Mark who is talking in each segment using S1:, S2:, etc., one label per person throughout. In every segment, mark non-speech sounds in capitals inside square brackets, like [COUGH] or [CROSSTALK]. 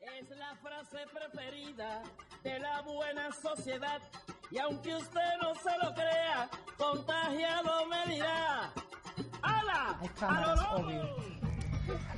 S1: Es la frase preferida de la buena sociedad. Y aunque usted no se lo crea, contagiado me dirá. ¡Hala!
S2: Hay
S1: ¡A
S2: cámaras,
S1: lo loco!
S2: obvio.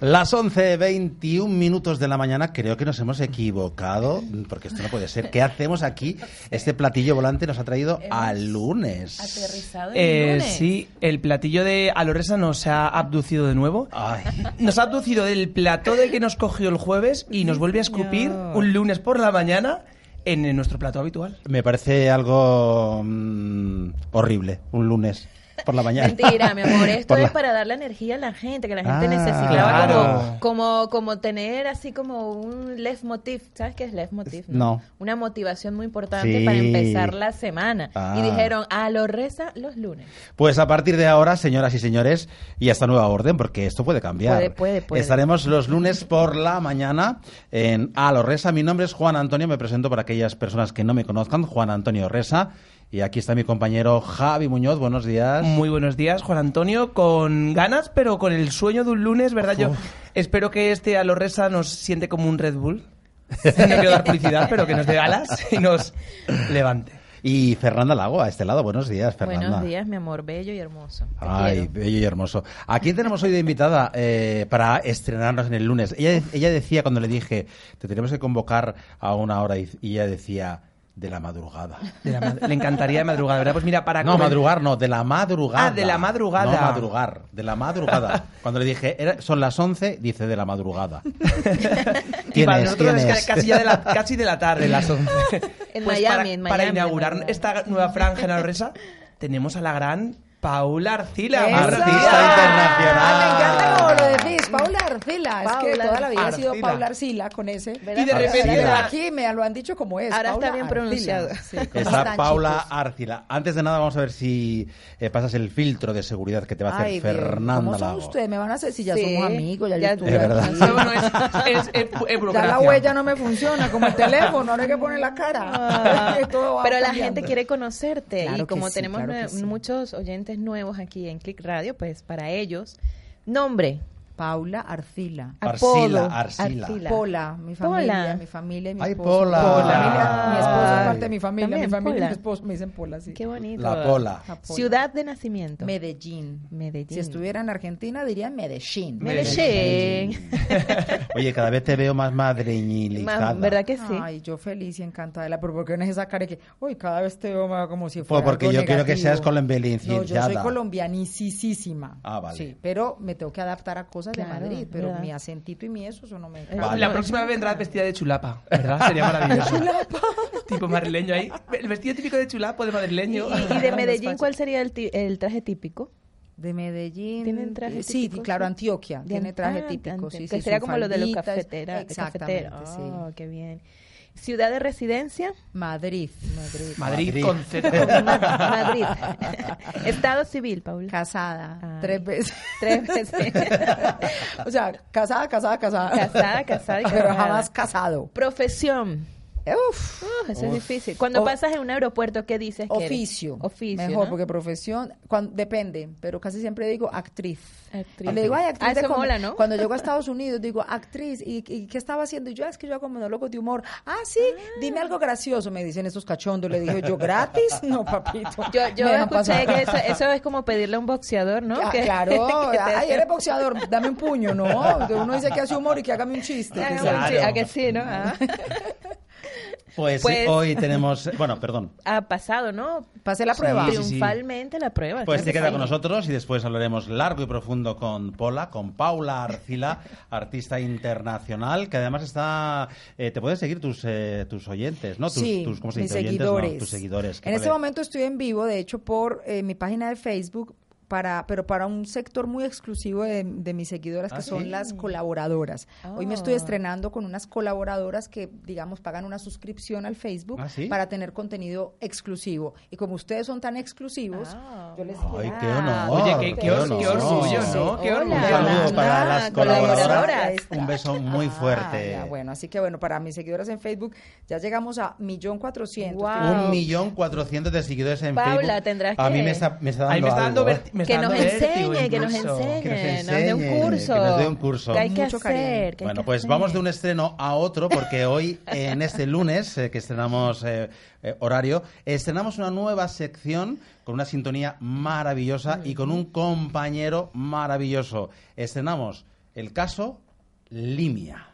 S3: Las 11.21 minutos de la mañana, creo que nos hemos equivocado, porque esto no puede ser. ¿Qué hacemos aquí? Este platillo volante nos ha traído al lunes.
S2: Aterrizado el
S4: Eh,
S2: lunes.
S4: sí, el platillo de Aloresa nos ha abducido de nuevo.
S3: Ay,
S4: Nos ha abducido del plató del que nos cogió el jueves y nos vuelve a escupir
S2: Señor.
S4: un lunes por la mañana en eh, nuestro plato habitual.
S3: me parece algo mm, horrible, un lunes por la mañana.
S2: Mentira, mi
S3: [LAUGHS]
S2: amor. Esto
S3: Por
S2: es
S3: la-
S2: para darle energía a la gente, que la gente
S3: Ah,
S2: necesitaba
S4: claro.
S2: como, como, como tener así como un leitmotiv. ¿Sabes qué es leitmotiv?
S3: No.
S2: Una motivación muy importante
S3: Sí.
S2: para empezar la semana.
S3: Ah.
S2: Y dijeron, a lo reza los lunes.
S3: Pues a partir de ahora, señoras y señores, y esta nueva orden, porque esto puede cambiar.
S2: Puede, puede, puede.
S3: Estaremos los lunes por la mañana en Alo Resa. Mi nombre es Juan Antonio, me presento para aquellas personas que no me conozcan, Juan Antonio Resa. Y aquí está mi compañero Javi Muñoz, buenos días.
S4: Muy buenos días, Juan Antonio, con ganas, pero con el sueño de un lunes, ¿verdad? Yo espero que este Aloresa nos siente como un Red Bull. No quiero dar publicidad, pero que nos dé alas y nos levante.
S3: Y Fernanda Lago, a este lado, buenos días, Fernanda.
S2: Buenos días, mi amor, bello y hermoso. Te
S3: Ay,
S2: quiero.
S3: bello y hermoso. ¿A quién tenemos hoy de invitada eh, para estrenarnos en el lunes? Ella, de- ella decía cuando le dije, te tenemos que convocar a una hora, y y ella decía, de la madrugada.
S4: De la mad- Le encantaría de madrugada, ¿verdad? Pues mira, para
S3: No,
S4: comen-
S3: madrugar no, de la madrugada.
S4: Ah, de la madrugada.
S3: No madrugar, de la
S4: [LAUGHS]
S3: madrugada. Cuando le dije, era- son las 11, dice de la madrugada.
S4: Y para
S3: Tienes,
S4: nosotros es
S3: tienes. [LAUGHS]
S4: ca- casi, ya de la, casi de la tarde, las 11.
S2: En
S4: Pues
S2: Miami,
S4: para,
S2: en
S4: para
S2: Miami,
S4: inaugurar
S2: en Miami.
S4: esta nueva franja en Aloresa, [LAUGHS] tenemos a la gran Paula Arcila.
S5: ¡Eso!
S4: Buenos
S3: Artista
S4: días.
S3: internacional.
S5: Ah, me encanta como lo decís, Paula Arcila. es que
S2: Paula
S5: toda la vida ha sido
S4: Arcila.
S5: Paula Arcila con ese.
S2: ¿Verdad?
S4: Y de
S5: Pero
S4: repente
S3: Arcila.
S5: aquí me lo han dicho como es.
S2: Ahora
S5: Paula
S2: está bien
S5: Arcila.
S2: pronunciado.
S5: Sí, ¿cómo
S3: Está
S5: están,
S3: Paula
S5: chicos?
S3: Arcila. Antes de nada, vamos a ver si eh, pasas el filtro de seguridad que te va a hacer
S5: Ay, Dios,
S3: Fernanda
S5: ¿Cómo son
S3: Lago.
S5: ustedes? Me van a hacer si ya
S2: Sí,
S5: somos amigos, ya, yo
S2: ya-
S5: estuve
S3: Es [LAUGHS] verdad.
S5: aquí.
S4: No, no, es, es- es- es
S5: Ya
S4: burocracia.
S5: la huella no me funciona, como el teléfono, ahora hay que poner la [LAUGHS] cara.
S2: Ah,
S5: Todo va
S2: pero la
S5: cambiando.
S2: gente quiere conocerte
S5: Claro
S2: y como
S5: que sí,
S2: tenemos
S5: claro que
S2: nue-
S5: sí.
S2: muchos oyentes nuevos aquí en Click Radio, pues para ellos, nombre,
S5: Paula Arcila.
S2: apodo,
S3: Arcila, Arcila.
S5: Pola, mi familia,
S2: Pola.
S5: mi familia, y mi
S3: Ay,
S5: esposo.
S3: Pola.
S5: Familia, mi esposo
S2: Ay.
S5: es parte de mi familia,
S2: También,
S5: mi familia
S2: Pola.
S5: y mi esposo me dicen Pola, sí.
S2: Qué bonito.
S3: La Pola.
S5: La Pola.
S2: Ciudad de nacimiento.
S5: Medellín.
S2: Medellín.
S5: Si estuviera en Argentina diría Medellín.
S2: Medellín.
S3: [LAUGHS] Oye, cada vez te veo más madreñilizada.
S2: Más- ¿Verdad que sí?
S5: Ay, yo feliz y encantadela, pero ¿por qué no es esa cara que, uy, cada vez te veo más como si
S3: Pues
S5: fuera
S3: porque
S5: algo
S3: yo quiero que
S5: negativo"?
S3: seas
S5: No, yo soy
S3: colombianicizada.
S5: colombianicísima.
S3: Ah, vale.
S5: Sí, pero me tengo que adaptar a cosas
S2: Claro,
S5: de Madrid, pero
S2: ¿verdad? Eh,
S5: mi acentito y mi eso, eso no me...
S3: Vale.
S4: La próxima vez vendrás vestida de chulapa, ¿verdad? Sería maravilloso. Tipo madrileño ahí. El vestido típico de chulapo de
S2: Y,
S4: madrileño.
S2: y-
S5: [LAUGHS]
S2: y de Medellín, ¿cuál sería el, ti- el traje típico?
S5: De Medellín. eh,
S2: ¿Tienen traje
S5: Mm, Sí,
S2: típico,
S5: claro,
S2: sí?
S5: Antioquia.
S2: De
S5: tiene
S2: Ant-
S5: traje
S2: ah,
S5: típico,
S2: Ant-
S5: sí,
S2: que
S5: sí,
S2: sería
S5: sus
S2: como lo de los
S5: falditas.
S2: cafeteros.
S5: Exactamente,
S2: Oh,
S5: sí.
S2: qué bien. Ciudad de residencia,
S5: Madrid. Madrid.
S4: Madrid
S3: Madrid.
S4: con Z.
S2: Madrid. [LAUGHS] Estado civil, Paula.
S5: Casada.
S2: Ay.
S5: Tres veces.
S2: [LAUGHS] Tres veces.
S5: [LAUGHS] o sea, casada, casada, casada.
S2: Casada, casada y
S5: Pero
S2: casada.
S5: jamás casado.
S2: Profesión.
S5: Eh, Uf.
S2: Uh, eso es difícil. Cuando
S5: O-
S2: pasas en un aeropuerto, ¿qué dices? que eres?
S5: Oficio.
S2: Oficio.
S5: Mejor,
S2: ¿no?
S5: porque profesión, cuan- depende, pero casi siempre digo actriz.
S2: Actriz.
S5: Cuando digo, ay, actriz
S2: Ah,
S5: de
S2: eso
S5: com-
S2: mola, ¿no? [LAUGHS]
S5: Cuando llego a Estados Unidos, digo, actriz, ¿y, y qué estaba haciendo? Y yo, "Ah, es que yo hago monólogos de humor. Ah, sí, dime algo gracioso, me dicen estos cachondos. Le digo, ¿yo gratis? [LAUGHS] No, papito.
S2: Yo, yo
S5: Me dejan
S2: escuché
S5: pasar.
S2: que eso, eso es como pedirle a un boxeador, ¿no?
S5: Ah,
S2: Que-
S4: [LAUGHS]
S2: [LAUGHS]
S5: claro,
S2: que te
S5: ay,
S2: hace-
S5: eres boxeador, dame un puño, ¿no? Uno dice que hace humor y que hágame un chiste.
S2: Ah,
S5: que
S2: un
S5: sea-
S2: chi- ¿A que sí, no? Ah.
S3: Pues,
S2: Pues-
S3: hoy tenemos... Bueno, perdón.
S2: Ah, Ha pasado, ¿no?
S5: Pasé la prueba.
S4: sí, sí.
S2: Triunfalmente la prueba.
S3: Pues
S2: claro
S3: te
S2: que
S3: queda
S2: sí.
S3: con nosotros y después hablaremos largo y profundo con Pola, con Paula Arcila, artista internacional, que además está... eh, te pueden seguir tus, eh, tus oyentes, ¿no? Tus,
S5: sí,
S3: tus- ¿cómo se
S5: mis
S3: dice? Oyentes, no,
S5: seguidores.
S3: tus seguidores. que
S5: En este
S3: pueden-
S5: momento estoy en vivo, de hecho, por eh, mi página de Facebook, para, pero para un sector muy exclusivo de, de mis seguidoras, que
S3: ¿Ah,
S5: son
S3: sí?
S5: las colaboradoras. Hoy me
S2: Oh.
S4: Ah.
S5: estoy estrenando con unas colaboradoras que, digamos, pagan una suscripción al Facebook
S3: ¿Ah, sí?
S5: para tener contenido exclusivo. Y como ustedes son tan exclusivos,
S2: Ah.
S5: yo les
S3: Ay,
S5: quiero-
S3: qué honor.
S4: Oye, qué- qué or-
S3: honor.
S4: qué orgullo, ¿no? Qué
S2: Hola.
S3: Un
S4: orgullo.
S3: saludo
S2: Ah,
S3: para
S2: colaboradoras.
S3: las colaboradoras.
S5: Ahí está.
S3: Un beso muy
S5: Ah,
S3: fuerte.
S5: ya, bueno, así que bueno, para mis seguidoras en Facebook ya llegamos a millón cuatrocientos.
S2: Guau.
S3: Un millón cuatrocientos de seguidores en
S2: Paula,
S3: Facebook.
S2: tendrás
S3: A
S2: que-
S3: mí me está, me está dando
S4: Ahí me está dando
S3: algo,
S4: verti-
S3: ¿eh?
S4: me está
S2: Que nos
S4: dando vértigo
S2: enseñe, que nos
S4: incluso.
S2: enseñe,
S3: Que nos
S2: dé
S3: enseñe,
S2: un
S3: que
S2: curso.
S3: nos dé un curso.
S2: Que hay que
S5: Mucho cariño.
S2: hacer. que hay
S3: Bueno,
S2: que
S3: pues
S2: hacer.
S3: vamos de un estreno a otro, porque hoy, eh, en este lunes, eh, que estrenamos eh, eh, horario, estrenamos una nueva sección con una sintonía maravillosa y con un compañero maravilloso. Estrenamos el caso Limia.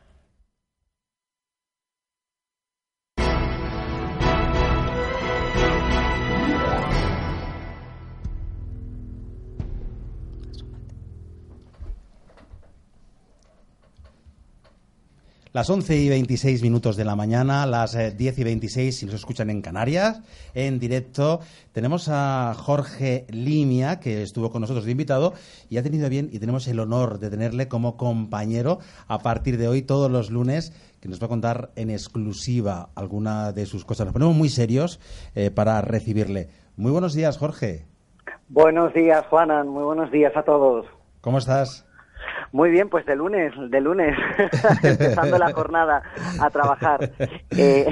S3: Las 11 y 26 minutos de la mañana, las eh, 10 y 26 si nos escuchan en Canarias, en directo. Tenemos a Jorge Limia, que estuvo con nosotros de invitado y ha tenido bien y tenemos el honor de tenerle como compañero a partir de hoy, todos los lunes, que nos va a contar en exclusiva alguna de sus cosas. Nos ponemos muy serios eh, para recibirle. Muy buenos días, Jorge.
S6: Buenos días, Juanan. Muy buenos días a todos.
S3: ¿Cómo estás?
S6: Muy bien, pues de lunes, de lunes, [LAUGHS] empezando la jornada a trabajar. Eh,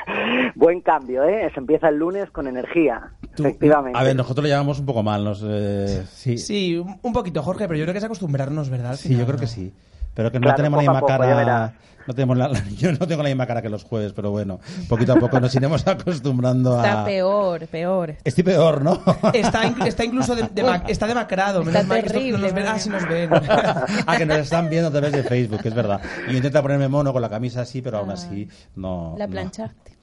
S6: [LAUGHS] buen cambio, ¿eh? Se empieza el lunes con energía,
S3: Tú-
S6: efectivamente.
S3: A ver, nosotros lo llevamos un poco mal. Nos, eh, sí,
S4: Sí, un un poquito, Jorge, pero yo creo que es acostumbrarnos, ¿verdad? Al
S3: Sí,
S4: final,
S3: yo creo
S4: ¿no?
S3: que sí. Pero que no
S6: Claro,
S3: tenemos la
S6: poco a
S3: misma
S6: poco, ya verás.
S3: cara. [LAUGHS] No tenemos la, yo no tengo la misma cara que los jueves, pero bueno, poquito a poco nos iremos [LAUGHS] acostumbrando a.
S2: Está peor, peor.
S3: Estoy peor, ¿no?
S4: Está, in- está incluso de- dema- está demacrado.
S2: Está
S4: menos mal que esto-
S2: terrible,
S4: nos ven-
S2: madre
S4: ah, sí
S2: mía.
S4: nos ven.
S3: [LAUGHS] a que nos están viendo a través de Facebook, es verdad. Y yo intento ponerme mono con la camisa así, pero aún así no.
S2: Ah. La
S3: no.
S2: planchaste.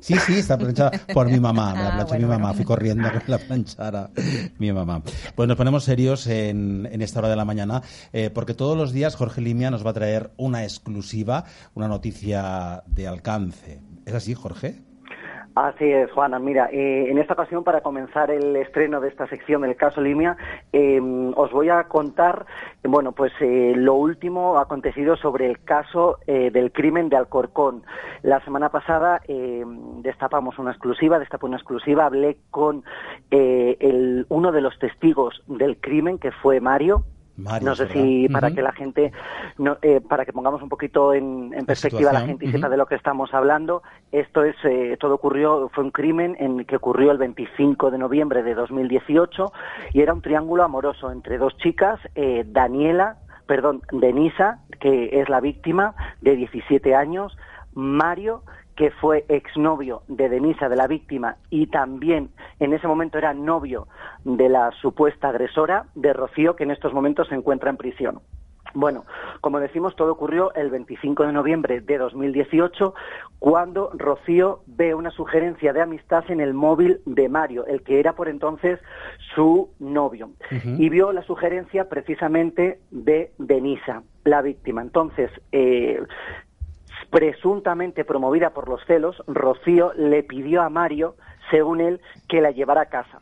S3: Sí, sí, está planchada por mi mamá. Me la
S2: Ah,
S3: planchó
S2: bueno,
S3: mi mamá.
S2: bueno.
S3: Fui corriendo que me la planchara mi mamá. Pues nos ponemos serios en, en esta hora de la mañana, eh, porque todos los días Jorge Limia nos va a traer una exclusiva, una noticia de alcance. ¿Es así, Jorge?
S6: Así es, Juana. Mira, eh, en esta ocasión, para comenzar el estreno de esta sección del caso Limia, eh, os voy a contar, eh, bueno, pues eh, lo último acontecido sobre el caso eh, del crimen de Alcorcón. La semana pasada eh, destapamos una exclusiva, destapé una exclusiva, hablé con eh, el- uno de los testigos del crimen, que fue Mario.
S3: Mario,
S6: no sé
S3: es verdad.
S6: si para
S3: Ujú.
S6: que la gente, no- eh, para que pongamos un poquito en, en perspectiva a la
S3: situación,
S6: gente y
S3: ujú.
S6: sepa de lo que estamos hablando. Esto es, eh, todo ocurrió, fue un crimen en que ocurrió el 25 de noviembre de 2018 y era un triángulo amoroso entre dos chicas, eh, Daniela, perdón, Denisa, que es la víctima de 17 años, Mario, que fue exnovio de Denisa, de la víctima, y también en ese momento era novio de la supuesta agresora de Rocío, que en estos momentos se encuentra en prisión. Bueno, como decimos, todo ocurrió el 25 de noviembre de 2018, cuando Rocío ve una sugerencia de amistad en el móvil de Mario, el que era por entonces su novio, y vio la sugerencia precisamente de Denisa, la víctima. Entonces, eh, presuntamente promovida por los celos, Rocío le pidió a Mario, según él, que la llevara a casa.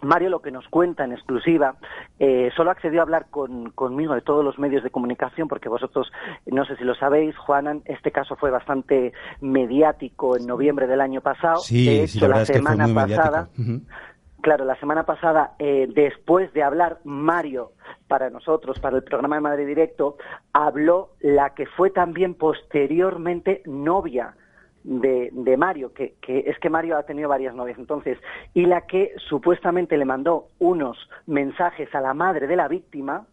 S6: Mario lo que nos cuenta en exclusiva, eh, solo accedió a hablar con- conmigo de todos los medios de comunicación, porque vosotros, no sé si lo sabéis, Juanan, este caso fue bastante mediático en noviembre del año pasado. de hecho, la semana pasada,
S3: Ujú.
S6: Claro, la semana pasada, eh, después de hablar Mario para nosotros, para el programa de Madrid Directo, habló la que fue también posteriormente novia de, de Mario, que, que es que Mario ha tenido varias novias entonces, y la que supuestamente le mandó unos mensajes a la madre de la víctima,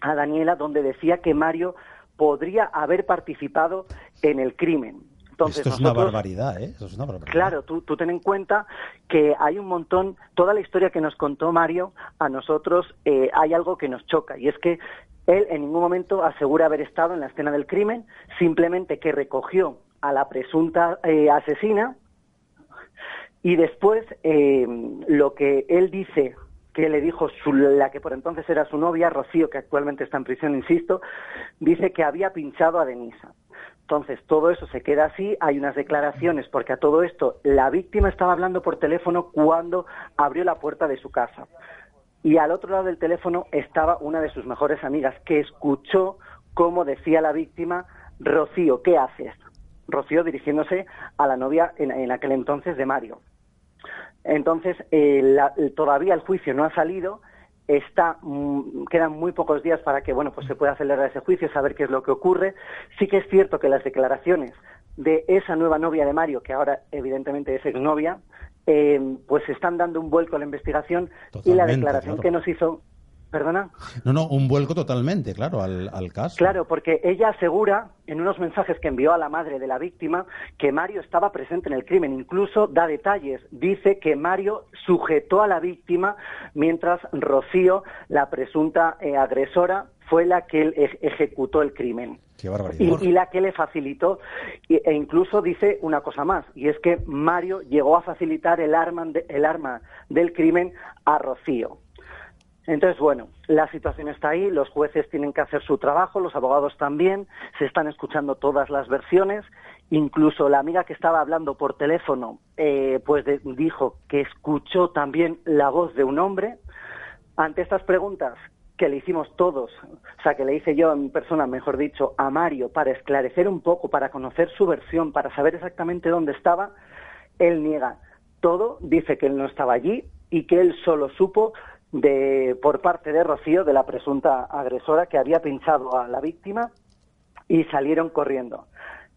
S6: a Daniela, donde decía que Mario podría haber participado en el crimen. Entonces,
S3: Esto es una
S6: nosotros-
S3: barbaridad, ¿eh? Esto es una barbaridad.
S6: Claro, tú, tú ten en cuenta que hay un montón, toda la historia que nos contó Mario, a nosotros eh, hay algo que nos choca y es que él en ningún momento asegura haber estado en la escena del crimen, simplemente que recogió a la presunta eh, asesina y después eh, lo que él dice que le dijo su- la que por entonces era su novia, Rocío, que actualmente está en prisión, insisto, dice que había pinchado a Denisa. Entonces, todo eso se queda así, hay unas declaraciones, porque a todo esto la víctima estaba hablando por teléfono cuando abrió la puerta de su casa. Y al otro lado del teléfono estaba una de sus mejores amigas, que escuchó cómo decía la víctima, Rocío, ¿qué haces? Rocío dirigiéndose a la novia en, en aquel entonces de Mario. Entonces, eh, la- el- todavía el juicio no ha salido. Está, mm, quedan muy pocos días para que bueno, pues se pueda acelerar ese juicio, saber qué es lo que ocurre. Sí que es cierto que las declaraciones de esa nueva novia de Mario, que ahora evidentemente es exnovia, eh, pues están dando un vuelco a la investigación y la
S3: Totalmente,
S6: declaración
S3: claro.
S6: que nos hizo. ¿Perdona?
S3: No, no, un vuelco totalmente, claro, al, al caso.
S6: Claro, porque ella asegura en unos mensajes que envió a la madre de la víctima que Mario estaba presente en el crimen. Incluso da detalles. Dice que Mario sujetó a la víctima mientras Rocío, la presunta eh, agresora, fue la que eje- ejecutó el crimen.
S3: Qué barbaridad.
S6: Y, y la que le facilitó, y- e incluso dice una cosa más, y es que Mario llegó a facilitar el arma, de- el arma del crimen a Rocío. Entonces, bueno, la situación está ahí, los jueces tienen que hacer su trabajo, los abogados también, se están escuchando todas las versiones, incluso la amiga que estaba hablando por teléfono, eh, pues de- dijo que escuchó también la voz de un hombre. Ante estas preguntas que le hicimos todos, o sea, que le hice yo en persona, mejor dicho, a Mario, para esclarecer un poco, para conocer su versión, para saber exactamente dónde estaba, él niega todo, dice que él no estaba allí y que él solo supo de por parte de Rocío, de la presunta agresora que había pinchado a la víctima y salieron corriendo.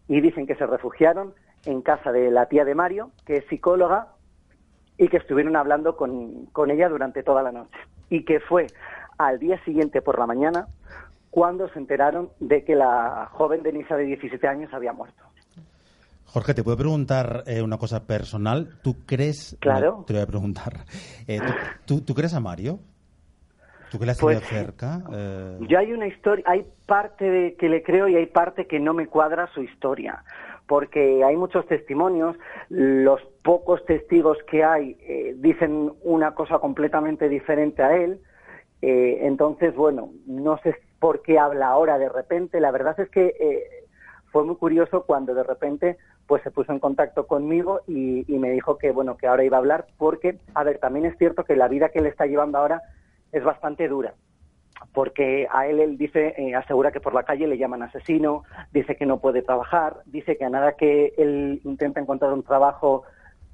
S6: Y dicen que se refugiaron en casa de la tía de Mario, que es psicóloga, y que estuvieron hablando con, con ella durante toda la noche. Y que fue al día siguiente por la mañana cuando se enteraron de que la joven Denisa de 17 años había muerto.
S3: Jorge, te puedo preguntar eh, una cosa personal. ¿Tú crees...
S6: Claro.
S3: no, te lo voy a preguntar. [LAUGHS] Eh, ¿tú, tú, tú crees a Mario? ¿Tú que le has
S6: Pues-
S3: tenido cerca? Eh,
S6: Yo hay una historia, hay parte de- que le creo y hay parte que no me cuadra su historia, porque hay muchos testimonios, los pocos testigos que hay eh, dicen una cosa completamente diferente a él, eh, entonces bueno, no sé por qué habla ahora de repente, la verdad es que eh, fue muy curioso cuando de repente pues se puso en contacto conmigo y, y me dijo que bueno que ahora iba a hablar porque a ver también es cierto que la vida que él está llevando ahora es bastante dura porque a él él dice eh, asegura que por la calle le llaman asesino dice que no puede trabajar dice que a nada que él intenta encontrar un trabajo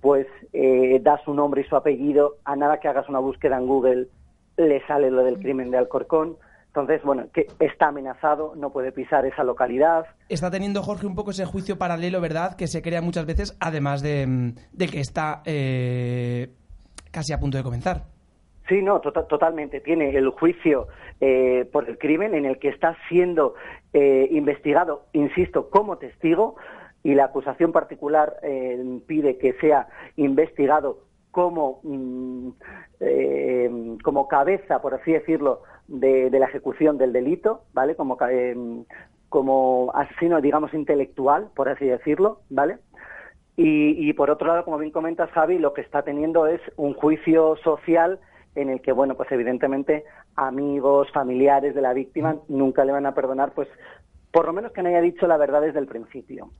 S6: pues eh, da su nombre y su apellido a nada que hagas una búsqueda en Google le sale lo del crimen de Alcorcón entonces bueno que está amenazado no puede pisar esa localidad
S4: Está teniendo Jorge un poco ese juicio paralelo, ¿verdad? Que se crea muchas veces, además de, mm, del que está eh, casi a punto de comenzar.
S6: Sí, no, tota- totalmente. Tiene el juicio eh, por el crimen en el que está siendo eh, investigado, insisto, como testigo, y la acusación particular eh, pide que sea investigado como, mm, eh, como cabeza, por así decirlo, de, de la ejecución del delito, ¿vale? Como, ca- em, como asesino, digamos, intelectual, por así decirlo, ¿vale? Y, y por otro lado, como bien comentas, Javi, lo que está teniendo es un juicio social en el que, bueno, pues evidentemente amigos, familiares de la víctima nunca le van a perdonar, pues por lo menos que no haya dicho la verdad desde el principio.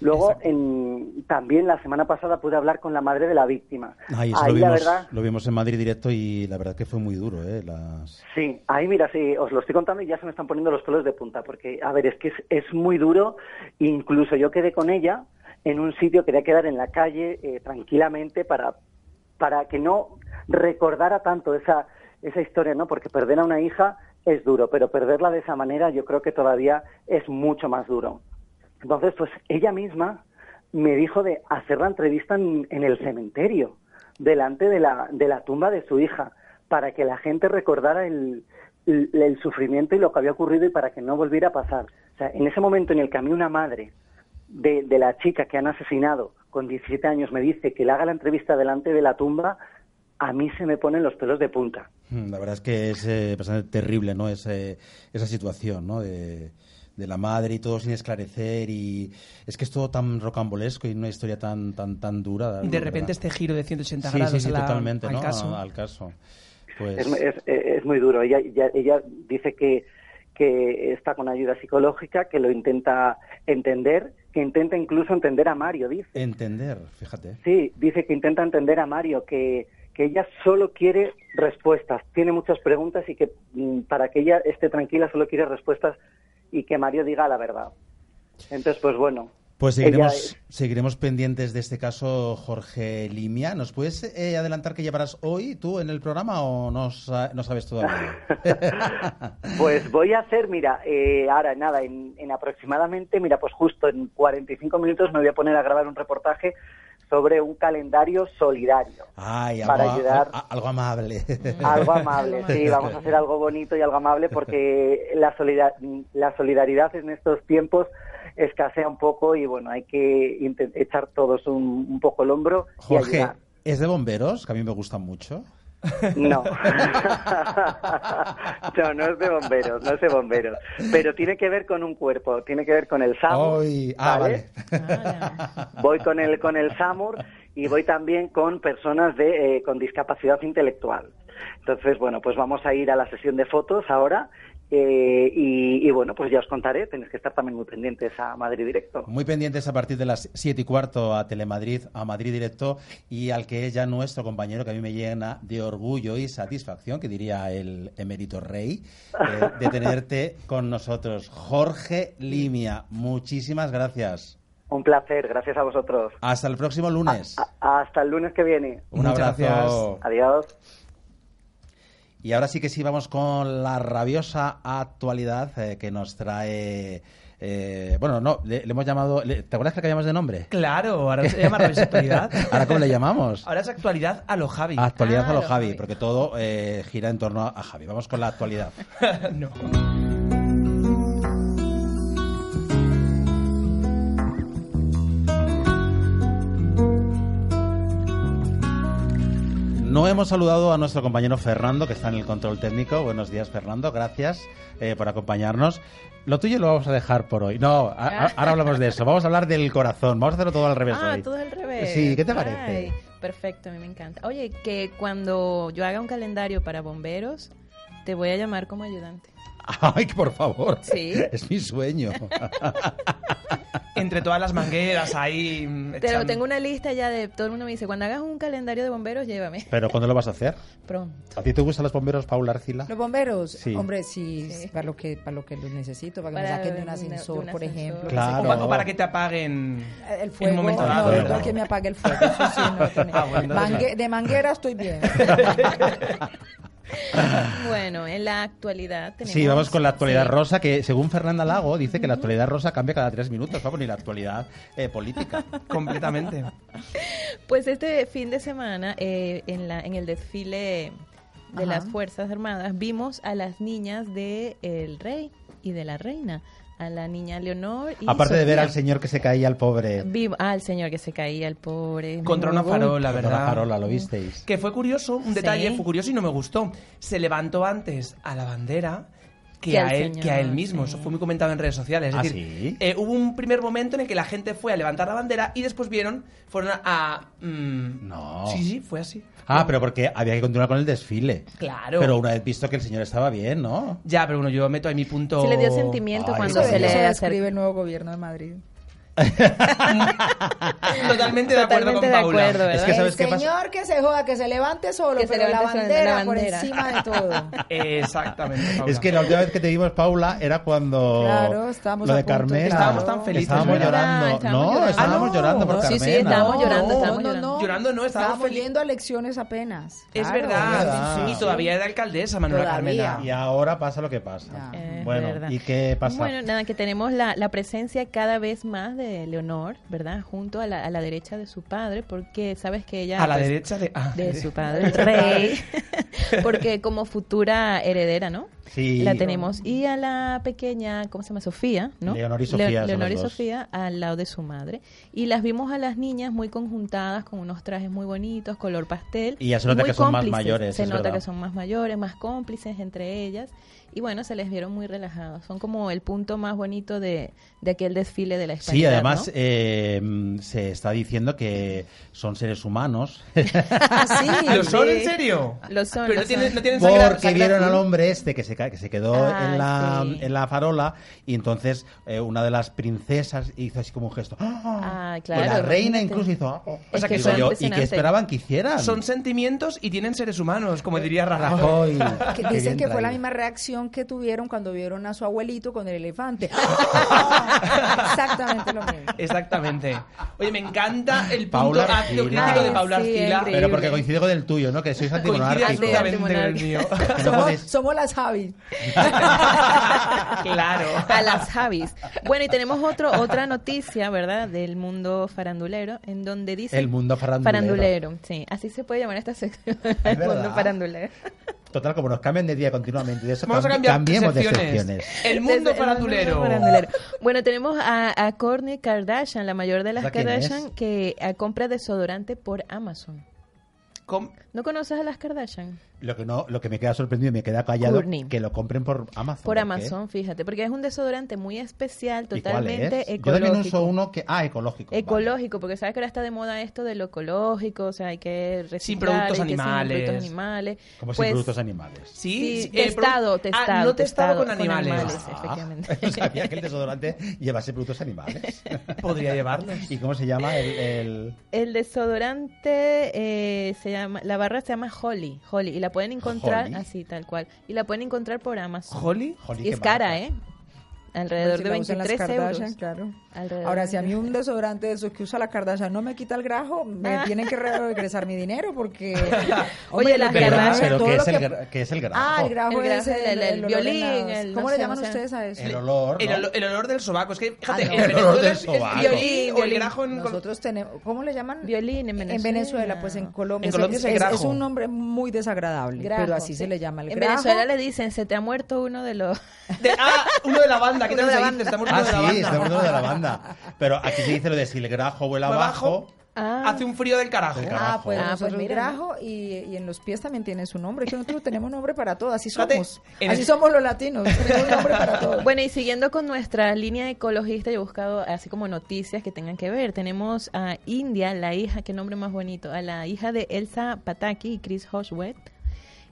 S6: Luego, en- también la semana pasada pude hablar con la madre de la víctima.
S3: ay, eso
S6: Ahí
S3: lo,
S6: la
S3: vimos,
S6: verdad,
S3: lo vimos en Madrid directo y la verdad que fue muy duro. ¿eh? Las...
S6: Sí, ahí mira, sí, os lo estoy contando y ya se me están poniendo los pelos de punta, porque, a ver, es que es, es muy duro, incluso yo quedé con ella en un sitio, quería quedar en la calle eh, tranquilamente para, para que no recordara tanto esa, esa historia, ¿no? Porque perder a una hija es duro, pero perderla de esa manera yo creo que todavía es mucho más duro. Entonces, pues ella misma me dijo de hacer la entrevista en, en el cementerio, delante de la, de la tumba de su hija, para que la gente recordara el, el- el sufrimiento y lo que había ocurrido y para que no volviera a pasar. O sea, en ese momento en el que a mí una madre de, de la chica que han asesinado con 17 años me dice que le haga la entrevista delante de la tumba, a mí se me ponen los pelos de punta.
S3: Mm, La verdad es que es eh, bastante terrible, ¿no? Ese- esa situación, ¿no? De, de la madre y todo sin esclarecer y es que es todo tan rocambolesco y una historia tan tan tan dura.
S4: Y
S3: la
S4: de repente
S3: verdad.
S4: este giro de 180
S3: sí,
S4: grados
S3: sí, sí,
S4: a la-
S3: totalmente,
S4: al
S3: ¿no?
S4: caso.
S3: A- Al caso. Pues,
S6: Es, es- es muy duro. Ella, ella, ella dice que, que está con ayuda psicológica, que lo intenta entender, que intenta incluso entender a Mario, dice.
S3: Entender, fíjate.
S6: Sí, dice que intenta entender a Mario, que, que ella solo quiere respuestas, tiene muchas preguntas y que mm, para que ella esté tranquila solo quiere respuestas y que Mario diga la verdad. Entonces, pues bueno,
S3: Pues
S6: Ella
S3: seguiremos,
S6: es-
S3: seguiremos pendientes de este caso, Jorge Limia. ¿Nos puedes eh, adelantar que llevarás hoy tú en el programa o no, sa- no sabes
S6: [LAUGHS]
S3: todavía?
S6: Pues voy a hacer, mira, eh, ahora nada, en, en aproximadamente, mira, pues justo en 45 minutos me voy a poner a grabar un reportaje sobre un calendario solidario.
S3: Ay, algo,
S6: Para
S3: a-
S6: ayudar.
S3: a- algo
S6: [LAUGHS]
S3: amable.
S6: Algo amable, sí, vamos a hacer algo bonito y algo amable porque la, solida- la solidaridad en estos tiempos escasea un poco y bueno, hay que inten- echar todos un, un poco el hombro y
S3: Jorge,
S6: ayudar.
S3: ¿es de bomberos? Que a mí me gusta mucho.
S6: No. [LAUGHS] no, no es de bomberos, no es de bomberos. Pero tiene que ver con un cuerpo, tiene que ver con el SAMUR.
S3: Ay, ah, vale.
S5: [LAUGHS]
S6: Voy con el, con el SAMUR y voy también con personas de, eh, con discapacidad intelectual. Entonces, bueno, pues vamos a ir a la sesión de fotos ahora. eh, y, y bueno, pues ya os contaré, tenéis que estar también muy pendientes a Madrid Directo.
S3: Muy pendientes a partir de las 7 y cuarto a Telemadrid, a Madrid Directo y al que es ya nuestro compañero, que a mí me llena de orgullo y satisfacción, que diría el emérito rey, eh, de tenerte con nosotros. Jorge Limia, muchísimas gracias.
S6: Un placer, gracias a vosotros.
S3: Hasta el próximo lunes.
S6: A- hasta el lunes que viene.
S3: Un
S4: Muchas
S3: abrazo.
S6: ah. Adiós.
S3: Y ahora sí que sí vamos con la rabiosa actualidad eh, que nos trae... eh, bueno, no, le, le hemos llamado... le- ¿Te acuerdas que le cambiamos de nombre? ¿Ah?
S4: Claro, ahora se llama Rabiosa Actualidad.
S3: [LAUGHS] ¿Ahora cómo le llamamos?
S4: Ahora es actualidad a lo Javi.
S3: Actualidad
S2: Ah,
S3: a lo
S2: lo
S3: Javi,
S2: Javi.
S3: porque todo eh, gira en torno a Javi. Vamos con la actualidad.
S4: No.
S3: No hemos saludado a nuestro compañero Fernando, que está en el control técnico. Buenos días, Fernando. Gracias eh, por acompañarnos. Lo tuyo lo vamos a dejar por hoy. No, a-
S2: [LAUGHS]
S3: a- ahora hablamos de eso. Vamos a hablar del corazón. Vamos a hacerlo todo al revés
S2: Ah,
S3: hoy.
S2: todo al revés.
S3: Sí, ¿qué te parece?
S2: Ay, perfecto, a mí me encanta. Oye, que cuando yo haga un calendario para bomberos, te voy a llamar como ayudante.
S3: [LAUGHS] Ay, por favor.
S2: Sí.
S3: Es
S2: [LAUGHS]
S3: mi sueño.
S4: Entre todas las mangueras ahí. mm,
S2: Pero
S4: echando-
S2: tengo una lista ya de todo el mundo me dice, cuando hagas un calendario de bomberos,
S5: [LAUGHS]
S2: llévame.
S3: Pero ¿cuándo lo vas a hacer?
S2: Pronto.
S3: ¿A ti te gustan los bomberos, Paula Arcila?
S5: Los bomberos,
S3: Sí.
S5: hombre, sí,
S2: Sí.
S5: para lo que para lo que los necesito, para que
S2: Para
S5: me saquen de un
S2: una- de un
S5: ascensor, por
S2: ascensor.
S5: ejemplo. que
S3: Claro.
S5: se
S4: O
S5: coma-
S4: pa- o para que te apaguen.
S5: El
S4: En
S5: fuego,
S4: un momento
S5: no,
S4: dado,
S5: no,
S4: ¿verdad?
S5: que me apague el fuego. eso sí,
S2: [LAUGHS]
S5: no, que me-
S4: Ah, bueno,
S5: Mangue-
S4: entonces-
S5: de manguera estoy bien.
S2: Bueno, en la actualidad tenemos...
S3: Sí, vamos con la actualidad
S2: Sí.
S3: rosa, que según Fernanda Lago dice que la actualidad rosa cambia cada tres minutos. Vamos, ni la actualidad eh, política.
S2: [LAUGHS]
S4: Completamente.
S2: Pues este fin de semana, eh, en, la, en el desfile de
S5: Ajá.
S2: las Fuerzas Armadas, vimos a las niñas de el rey y de la reina. A la niña Leonor y
S3: Aparte de ver
S2: Sofía.
S3: al señor que se caía al pobre
S2: Vivo- ah, el señor que se caía, el pobre.
S4: Contra una farola,
S3: Con
S4: ¿verdad?
S3: la farola, lo visteis.
S4: Que fue curioso, un detalle
S2: Sí.
S4: fue curioso y no me gustó. Se levantó antes a la bandera que,
S2: Que
S4: a
S2: al
S4: él,
S2: señor,
S4: que a él mismo.
S2: sí.
S4: Eso fue muy comentado en redes sociales. Es
S3: ¿Ah,
S4: decir,
S3: sí?
S4: eh, hubo un primer momento en el que la gente fue a levantar la bandera y después vieron, fueron a. mm,
S3: No.
S4: Sí, sí, fue así.
S3: Ah, pero porque había que continuar con el desfile.
S4: Claro.
S3: Pero una vez visto que el señor estaba bien, ¿no?
S4: Ya, pero bueno, yo meto ahí mi punto.
S2: Se le dio sentimiento [LAUGHS]
S3: Ay,
S2: cuando
S5: Eso,
S3: no.
S2: se le
S5: eso
S2: acercó.
S5: describe el nuevo gobierno de Madrid.
S4: [LAUGHS] Totalmente de
S2: Totalmente
S4: acuerdo con
S2: de
S4: Paula.
S2: acuerdo, ¿verdad?
S3: Es que- ¿sabes
S5: el
S3: qué pasa?
S5: señor que se joda, que se levante solo,
S2: Que se
S5: pero la
S2: levante solo,
S5: bandera,
S2: la bandera.
S5: por encima de todo.
S2: [LAUGHS]
S4: Exactamente. Paula.
S3: Es que la última vez que te vimos, Paula, era cuando
S5: Claro, estábamos
S3: lo
S5: a
S3: de
S5: punto de
S3: Carmen.
S5: llorar.
S4: Estábamos tan felices,
S3: Estábamos
S4: ¿verdad?
S3: llorando.
S2: Estábamos
S3: no,
S2: llorando.
S3: estábamos
S5: Ah, no.
S3: llorando por
S2: Sí, sí,
S3: Carmen.
S2: estábamos llorando,
S4: no,
S2: estábamos
S5: no,
S2: llorando.
S5: no.
S4: Llorando no, estábamos
S5: estábamos
S4: felices.
S5: volviendo a lecciones apenas.
S4: Es
S5: Claro.
S4: verdad.
S3: Sí, sí,
S4: Y
S3: sí.
S4: todavía era alcaldesa Manuela
S5: Todavía.
S4: Carmena.
S3: Y ahora pasa lo que pasa.
S5: Ya.
S2: Es
S3: bueno,
S2: verdad.
S3: ¿y qué pasa?
S2: Bueno, nada, que tenemos la, la presencia cada vez más de Leonor, ¿verdad? Junto a la, a la derecha de su padre, porque sabes que ella...
S4: A la
S2: pues,
S4: derecha de. ah,
S2: De su padre, el rey. [LAUGHS] porque como futura heredera, ¿no?
S3: Sí.
S2: La tenemos. Y a la pequeña, ¿cómo se llama? Sofía, ¿no?
S3: Leonor y Sofía son
S2: Leonor
S3: los
S2: y
S3: dos.
S2: Sofía al lado de su madre. Y las vimos a las niñas muy conjuntadas, con unos trajes muy bonitos, color pastel.
S3: Y ya se nota
S2: muy
S3: que son más
S2: cómplices.
S3: mayores,
S2: Se
S3: es
S2: nota
S3: verdad.
S2: que son más mayores, más cómplices entre ellas. Y bueno, se les vieron muy relajados. Son como el punto más bonito de, de aquel desfile de la España. [LAUGHS]
S3: Sí, [LAUGHS] además eh, mm, se está diciendo que son seres humanos
S2: ¿Ah, sí?
S4: ¿Lo son en serio?
S2: Lo son,
S4: Pero
S2: lo
S4: no, tienen,
S2: son.
S4: no tienen sangre-
S3: porque
S4: sangre
S3: vieron al
S4: azul.
S3: hombre este que se ca- que se quedó
S2: Ah,
S3: en, la,
S2: sí.
S3: en la farola y entonces eh, una de las princesas hizo así como un gesto.
S2: Ah,
S3: ¡Ah!
S2: claro,
S3: Y la reina
S2: imagínate.
S3: incluso hizo. "Ah".
S2: Es
S4: que
S3: Digo yo,
S4: son
S3: ¿Y qué
S2: impresionantes.
S3: esperaban que hicieran? [LAUGHS]
S4: Son sentimientos y tienen seres humanos, como diría Rajoy.
S3: Rajoy.
S5: Que
S3: Qué bien
S5: dicen que fue la
S3: traído.
S5: misma reacción que tuvieron cuando vieron a su abuelito con el elefante. Exactamente lo mismo.
S4: Exactamente. Oye, me encanta el punto
S3: Paula
S4: ácido
S3: Arcila.
S4: crítico de
S2: Ay,
S4: Paula
S2: sí,
S4: Arcila.
S2: increíble.
S3: Pero porque coincide con el tuyo, ¿no? Que sois
S4: Coincide
S3: antimonárquicos.
S4: absolutamente con el
S2: Antimonárquico.
S4: mío.
S3: [LAUGHS] Que no
S5: Somos,
S3: podéis-
S5: somos las Javi.
S4: [LAUGHS] claro.
S2: A las Javis. Bueno, y tenemos otro, otra noticia, ¿verdad? Del mundo farandulero, en donde dice...
S3: El mundo farandulero.
S2: Farandulero, sí. Así se puede llamar esta sección. [LAUGHS] El mundo
S3: verdad.
S2: farandulero.
S3: Total, como nos cambian de día continuamente. De eso
S4: Vamos a
S3: cambi-
S4: cambiar
S3: cambiemos de
S4: secciones.
S3: secciones.
S4: El mundo
S2: Desde- el
S4: farandulero.
S2: mundo farandulero. Bueno, tenemos a, a Kourtney Kardashian, la mayor de las
S3: ¿Esa quién es?
S2: Kardashian, que ah, compra desodorante por Amazon.
S4: Com-
S2: ¿No conoces a las Kardashian?
S3: Lo que, no, lo que me queda sorprendido y me queda callado
S2: Courtney.
S3: que lo compren por Amazon.
S2: Por
S3: ¿qué?
S2: Amazon, fíjate, porque es un desodorante muy especial,
S3: ¿Y cuál es?
S2: totalmente
S3: Yo también
S2: ecológico.
S3: uso uno que... Ah, ecológico. vale.
S2: Ecológico, porque sabes que ahora está de moda esto de lo ecológico, o sea, hay que reciclar,
S4: Sin productos
S2: hay que
S4: animales.
S2: sin productos animales.
S3: Como
S2: Pues,
S3: sin productos animales.
S4: Sí,
S2: sí,
S4: eh,
S2: testado,
S4: pro-
S2: testado,
S4: Ah, no testado,
S2: testado
S4: con
S2: con
S4: animales.
S2: animales.
S3: Ah,
S2: efectivamente.
S3: no [LAUGHS] sabía que el desodorante llevase productos animales.
S4: [LAUGHS] Podría llevarlos.
S3: ¿Y cómo se llama el...? el-
S2: El desodorante eh, se llama, la barra se llama Holly, Holly, y la pueden encontrar
S3: Holly.
S2: así tal cual, y la pueden encontrar por Amazon.
S4: ¿Holly?
S3: Jolín,
S2: y
S3: qué
S2: es cara,
S3: marca.
S2: ¿eh? Alrededor
S5: Si
S2: de
S5: la usan las
S2: 23 euros.
S5: Kardashian, claro.
S2: Alrededor
S5: Ahora,
S2: de
S5: si a mí un desodorante de esos que usa la Kardashian no me quita el grajo, me
S2: Ah.
S5: tienen que re- regresar mi dinero
S2: [LAUGHS]
S5: porque...
S2: Oye, las
S5: que-
S2: Pero-
S3: ¿Verdad?
S2: Kardashian,
S3: Pero
S5: todo
S3: ¿qué
S5: lo
S3: es, el, gra- qué es el grajo?
S5: Ah, el grajo
S2: El grajo,
S5: es el,
S2: el- el
S5: olor en
S2: violín,
S5: las-
S2: el
S5: ¿Cómo
S2: no
S5: le
S2: sé,
S5: llaman
S2: no sé.
S5: ustedes a eso?
S3: El olor,
S4: El,
S3: ¿no?
S4: olo- el olor del sobaco. Es que, fíjate,
S5: Ah,
S4: en
S5: no. El
S4: Venezuela
S3: olor del
S4: es- es
S3: sobaco.
S4: violín o el
S2: Violín.
S4: grajo en- con-
S5: Nosotros tenemos, ¿cómo le llaman?
S2: Violín en Venezuela.
S5: pues en Colombia,
S4: En
S5: es-
S4: Colombia
S5: es,
S4: es el
S5: es-
S4: grajo.
S5: es un nombre muy desagradable,
S2: Grajo,
S5: pero así
S2: sí.
S5: se le llama el
S2: En
S5: grajo.
S2: Venezuela le dicen, se te ha muerto uno de
S5: [LAUGHS]
S2: los...
S4: de- ah, uno de la banda. ¿Qué
S2: Uno
S4: tal
S2: de la
S4: se
S2: banda.
S4: dice? Estamos uno
S3: Ah,
S4: de la banda.
S3: sí, estamos hablando de la banda. Pero aquí se dice lo de si el grajo vuela
S4: Fue
S3: abajo.
S4: abajo,
S2: Ah.
S4: Hace un frío del carajo.
S3: Del carajo.
S5: Ah, pues
S2: Ah, pues
S5: nosotros
S2: mira.
S5: grajo y, y en los pies también tiene su nombre. Que nosotros tenemos nombre para todo, así
S4: Fíjate,
S5: somos.
S4: en
S5: Así
S4: el-
S5: somos los latinos, tenemos nombre para
S2: [LAUGHS]
S5: todo.
S2: Bueno, y siguiendo con nuestra línea ecologista, yo he buscado así como noticias que tengan que ver. Tenemos a India, la hija, qué nombre más bonito, a la hija de Elsa Pataki y Chris Hodgworth.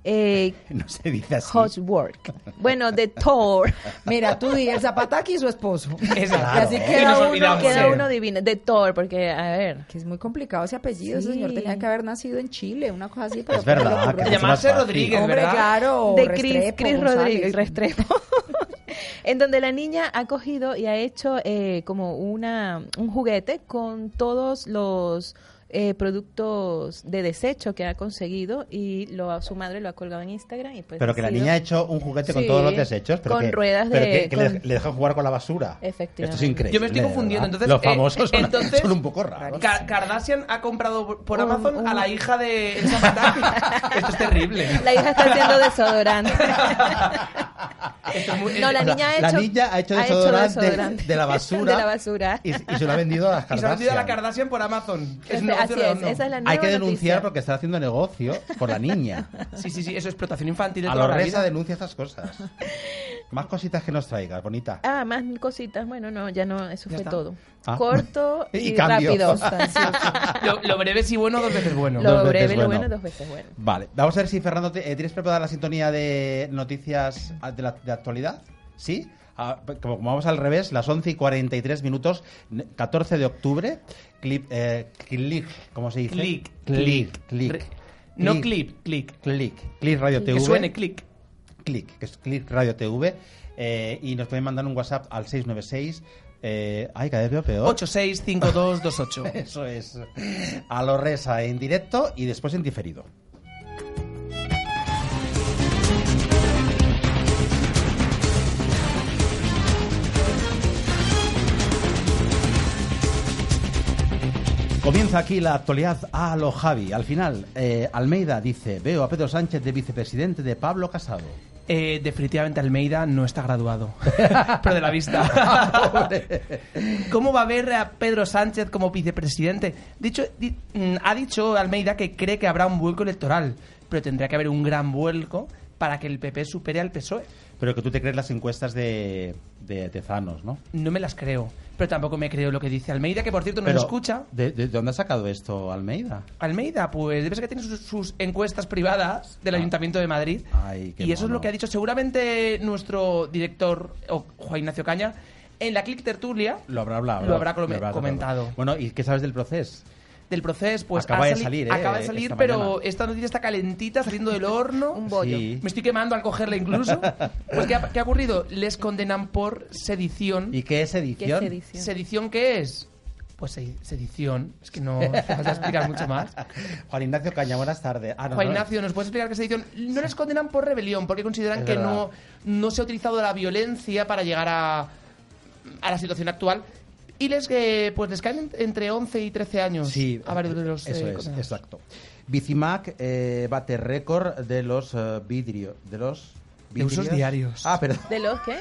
S2: Eh,
S3: No se dice así.
S2: Hodgeworth. Bueno, de
S4: [LAUGHS]
S2: Thor.
S5: Mira, tú di el zapataki y su esposo.
S4: Exacto.
S5: Y así
S3: Y
S5: queda
S4: nos
S5: uno
S4: olvidamos.
S5: que-
S2: Queda
S4: Sí.
S2: uno divino, de Thor, porque, a ver,
S5: Que es muy complicado ese apellido, ese
S2: Sí.
S5: señor tenía que haber nacido en Chile, una cosa así. Pero
S3: Es verdad,
S5: ¿cómo le ocurrió?
S3: que
S4: A
S3: mucho más
S4: llamarse
S3: fácil.
S4: Rodríguez,
S5: Hombre,
S4: ¿verdad?
S5: claro.
S2: de Chris,
S5: Restrepo,
S2: Chris
S5: González.
S2: Rodríguez, Restrepo. [LAUGHS] en donde la niña ha cogido y ha hecho eh, como una un juguete con todos los eh, productos de desecho que ha conseguido y lo ha- su madre lo ha colgado en Instagram y pues
S3: Pero
S2: ha
S3: que la
S2: sido-
S3: niña ha hecho un juguete con
S2: Sí,
S3: todos los desechos. Pero
S2: con
S3: que-
S2: ruedas
S3: pero
S2: de-
S3: que- que le-
S2: con-
S3: le dejan jugar con la basura.
S2: Efectivamente.
S3: Esto es increíble.
S4: Yo me estoy
S3: de
S4: confundiendo,
S3: verdad.
S4: entonces,
S3: Los
S4: eh,
S3: famosos son,
S4: entonces-
S3: son un poco raros.
S4: Ka- Kardashian ha comprado por
S2: Un-
S4: Amazon a
S2: un-
S4: la hija de Elsa
S3: [LAUGHS]
S4: Pataki. Esto es terrible.
S2: La hija está haciendo desodorante.
S4: Esto es muy-
S2: No, la
S3: O sea,
S2: niña ha hecho,
S3: la niña ha hecho desodorante de la basura.
S2: [LAUGHS] De la basura.
S3: Y, y se lo ha vendido a las
S4: [LAUGHS] Y se ha vendido a la
S3: Kardashian.
S4: Kardashian por Amazon. Es un
S2: Así
S4: negocio
S2: es,
S4: redondo.
S2: esa es la nueva
S3: Hay que denunciar
S2: noticia.
S3: porque está haciendo negocio por la niña.
S4: [LAUGHS] Sí, sí, sí, eso es explotación infantil de
S3: A
S4: toda la
S3: Lorresa
S4: vida.
S3: denuncia estas
S2: [LAUGHS]
S3: cosas. Más cositas que nos traigas, bonita.
S2: Ah, más cositas. Bueno, no, ya no, eso
S4: Ya
S2: fue
S4: está.
S2: todo.
S3: Ah.
S2: Corto
S3: [LAUGHS] Y
S2: y,
S3: cambio.
S2: rápido.
S4: Lo, lo breve sí bueno, dos veces bueno.
S2: Lo
S3: Dos veces
S2: breve, lo
S3: bueno.
S2: bueno, dos veces bueno.
S3: Vale, vamos a ver si Fernando, te- eh, ¿tienes preparada la sintonía de noticias a- de, la, de actualidad? ¿Sí? Ah, como, como vamos al revés, las 11 y 43 minutos, ne- 14 de octubre, clip, eh, click, ¿cómo se dice?
S4: Click.
S3: click, click.
S4: Re- No clip, click.
S3: Click, click Radio TV.
S4: Que suene click.
S3: Click, que es Click Radio TV. eh, y nos pueden mandar un WhatsApp al 696. Eh, ay, cada vez veo peor. [LAUGHS]
S4: 865228.
S3: Eso es. A lo resa en directo y después en diferido. Comienza aquí la actualidad a lo Javi. Al final, eh, Almeida dice, veo a Pedro Sánchez de vicepresidente de Pablo Casado.
S4: Eh, definitivamente Almeida no está graduado. [LAUGHS] Pero de la vista. ¿Cómo va a ver a Pedro Sánchez como vicepresidente? Dicho, di- mm, ha dicho Almeida que cree que habrá un vuelco electoral, pero tendría que haber un gran vuelco para que el PP supere al PSOE.
S3: Pero que tú te crees las encuestas de, de Tezanos, ¿no?
S4: No me las creo. Pero tampoco me creo lo que dice Almeida, que por cierto nos
S3: Pero,
S4: escucha.
S3: ¿de, de dónde ha sacado esto Almeida?
S4: Almeida, pues debe ser que tiene sus, sus encuestas privadas del Ayuntamiento de Madrid.
S3: Ah. Ay, qué
S4: y eso es
S3: mono.
S4: lo que ha dicho seguramente nuestro director, o Juan Ignacio Caña, en la Click Tertulia
S3: Lo habrá hablado.
S4: Lo habrá come- comentado.
S3: Bueno, ¿y qué sabes del proceso?
S4: del proceso. Pues
S3: Acaba
S4: ha
S3: de
S4: sali-
S3: salir, ¿eh?
S4: Acaba de
S3: Esta
S4: salir,
S3: mañana.
S4: pero esta noticia está calentita, saliendo del horno.
S2: [LAUGHS] Un bollo.
S3: Sí.
S4: Me estoy quemando al cogerla
S3: [LAUGHS]
S4: incluso. Pues, ¿qué ha, qué ha ocurrido? Les condenan por sedición.
S3: ¿Y qué es
S2: ¿Qué
S3: edición?
S2: se dice?
S4: ¿Sedición qué es? Pues se- sedición. Es que no hace falta explicar mucho más.
S3: [LAUGHS] Juan Ignacio Caña, buenas tardes. Ah, no,
S4: Juan
S3: no.
S4: Ignacio, ¿nos puedes explicar qué es sedición? No les condenan por rebelión, porque consideran
S3: Es
S4: que
S3: verdad.
S4: no, no se ha utilizado la violencia para llegar a, a la situación actual. Y les, que pues les caen en- entre 11 y 13 años
S3: Sí,
S4: a varios de los
S3: eso
S4: eh,
S3: es,
S4: condenados.
S3: exacto. Bicimac eh, bate récord de los eh, vidrio, de los
S4: De usos
S3: vidrios.
S4: diarios.
S3: Ah, perdón.
S2: ¿De los qué?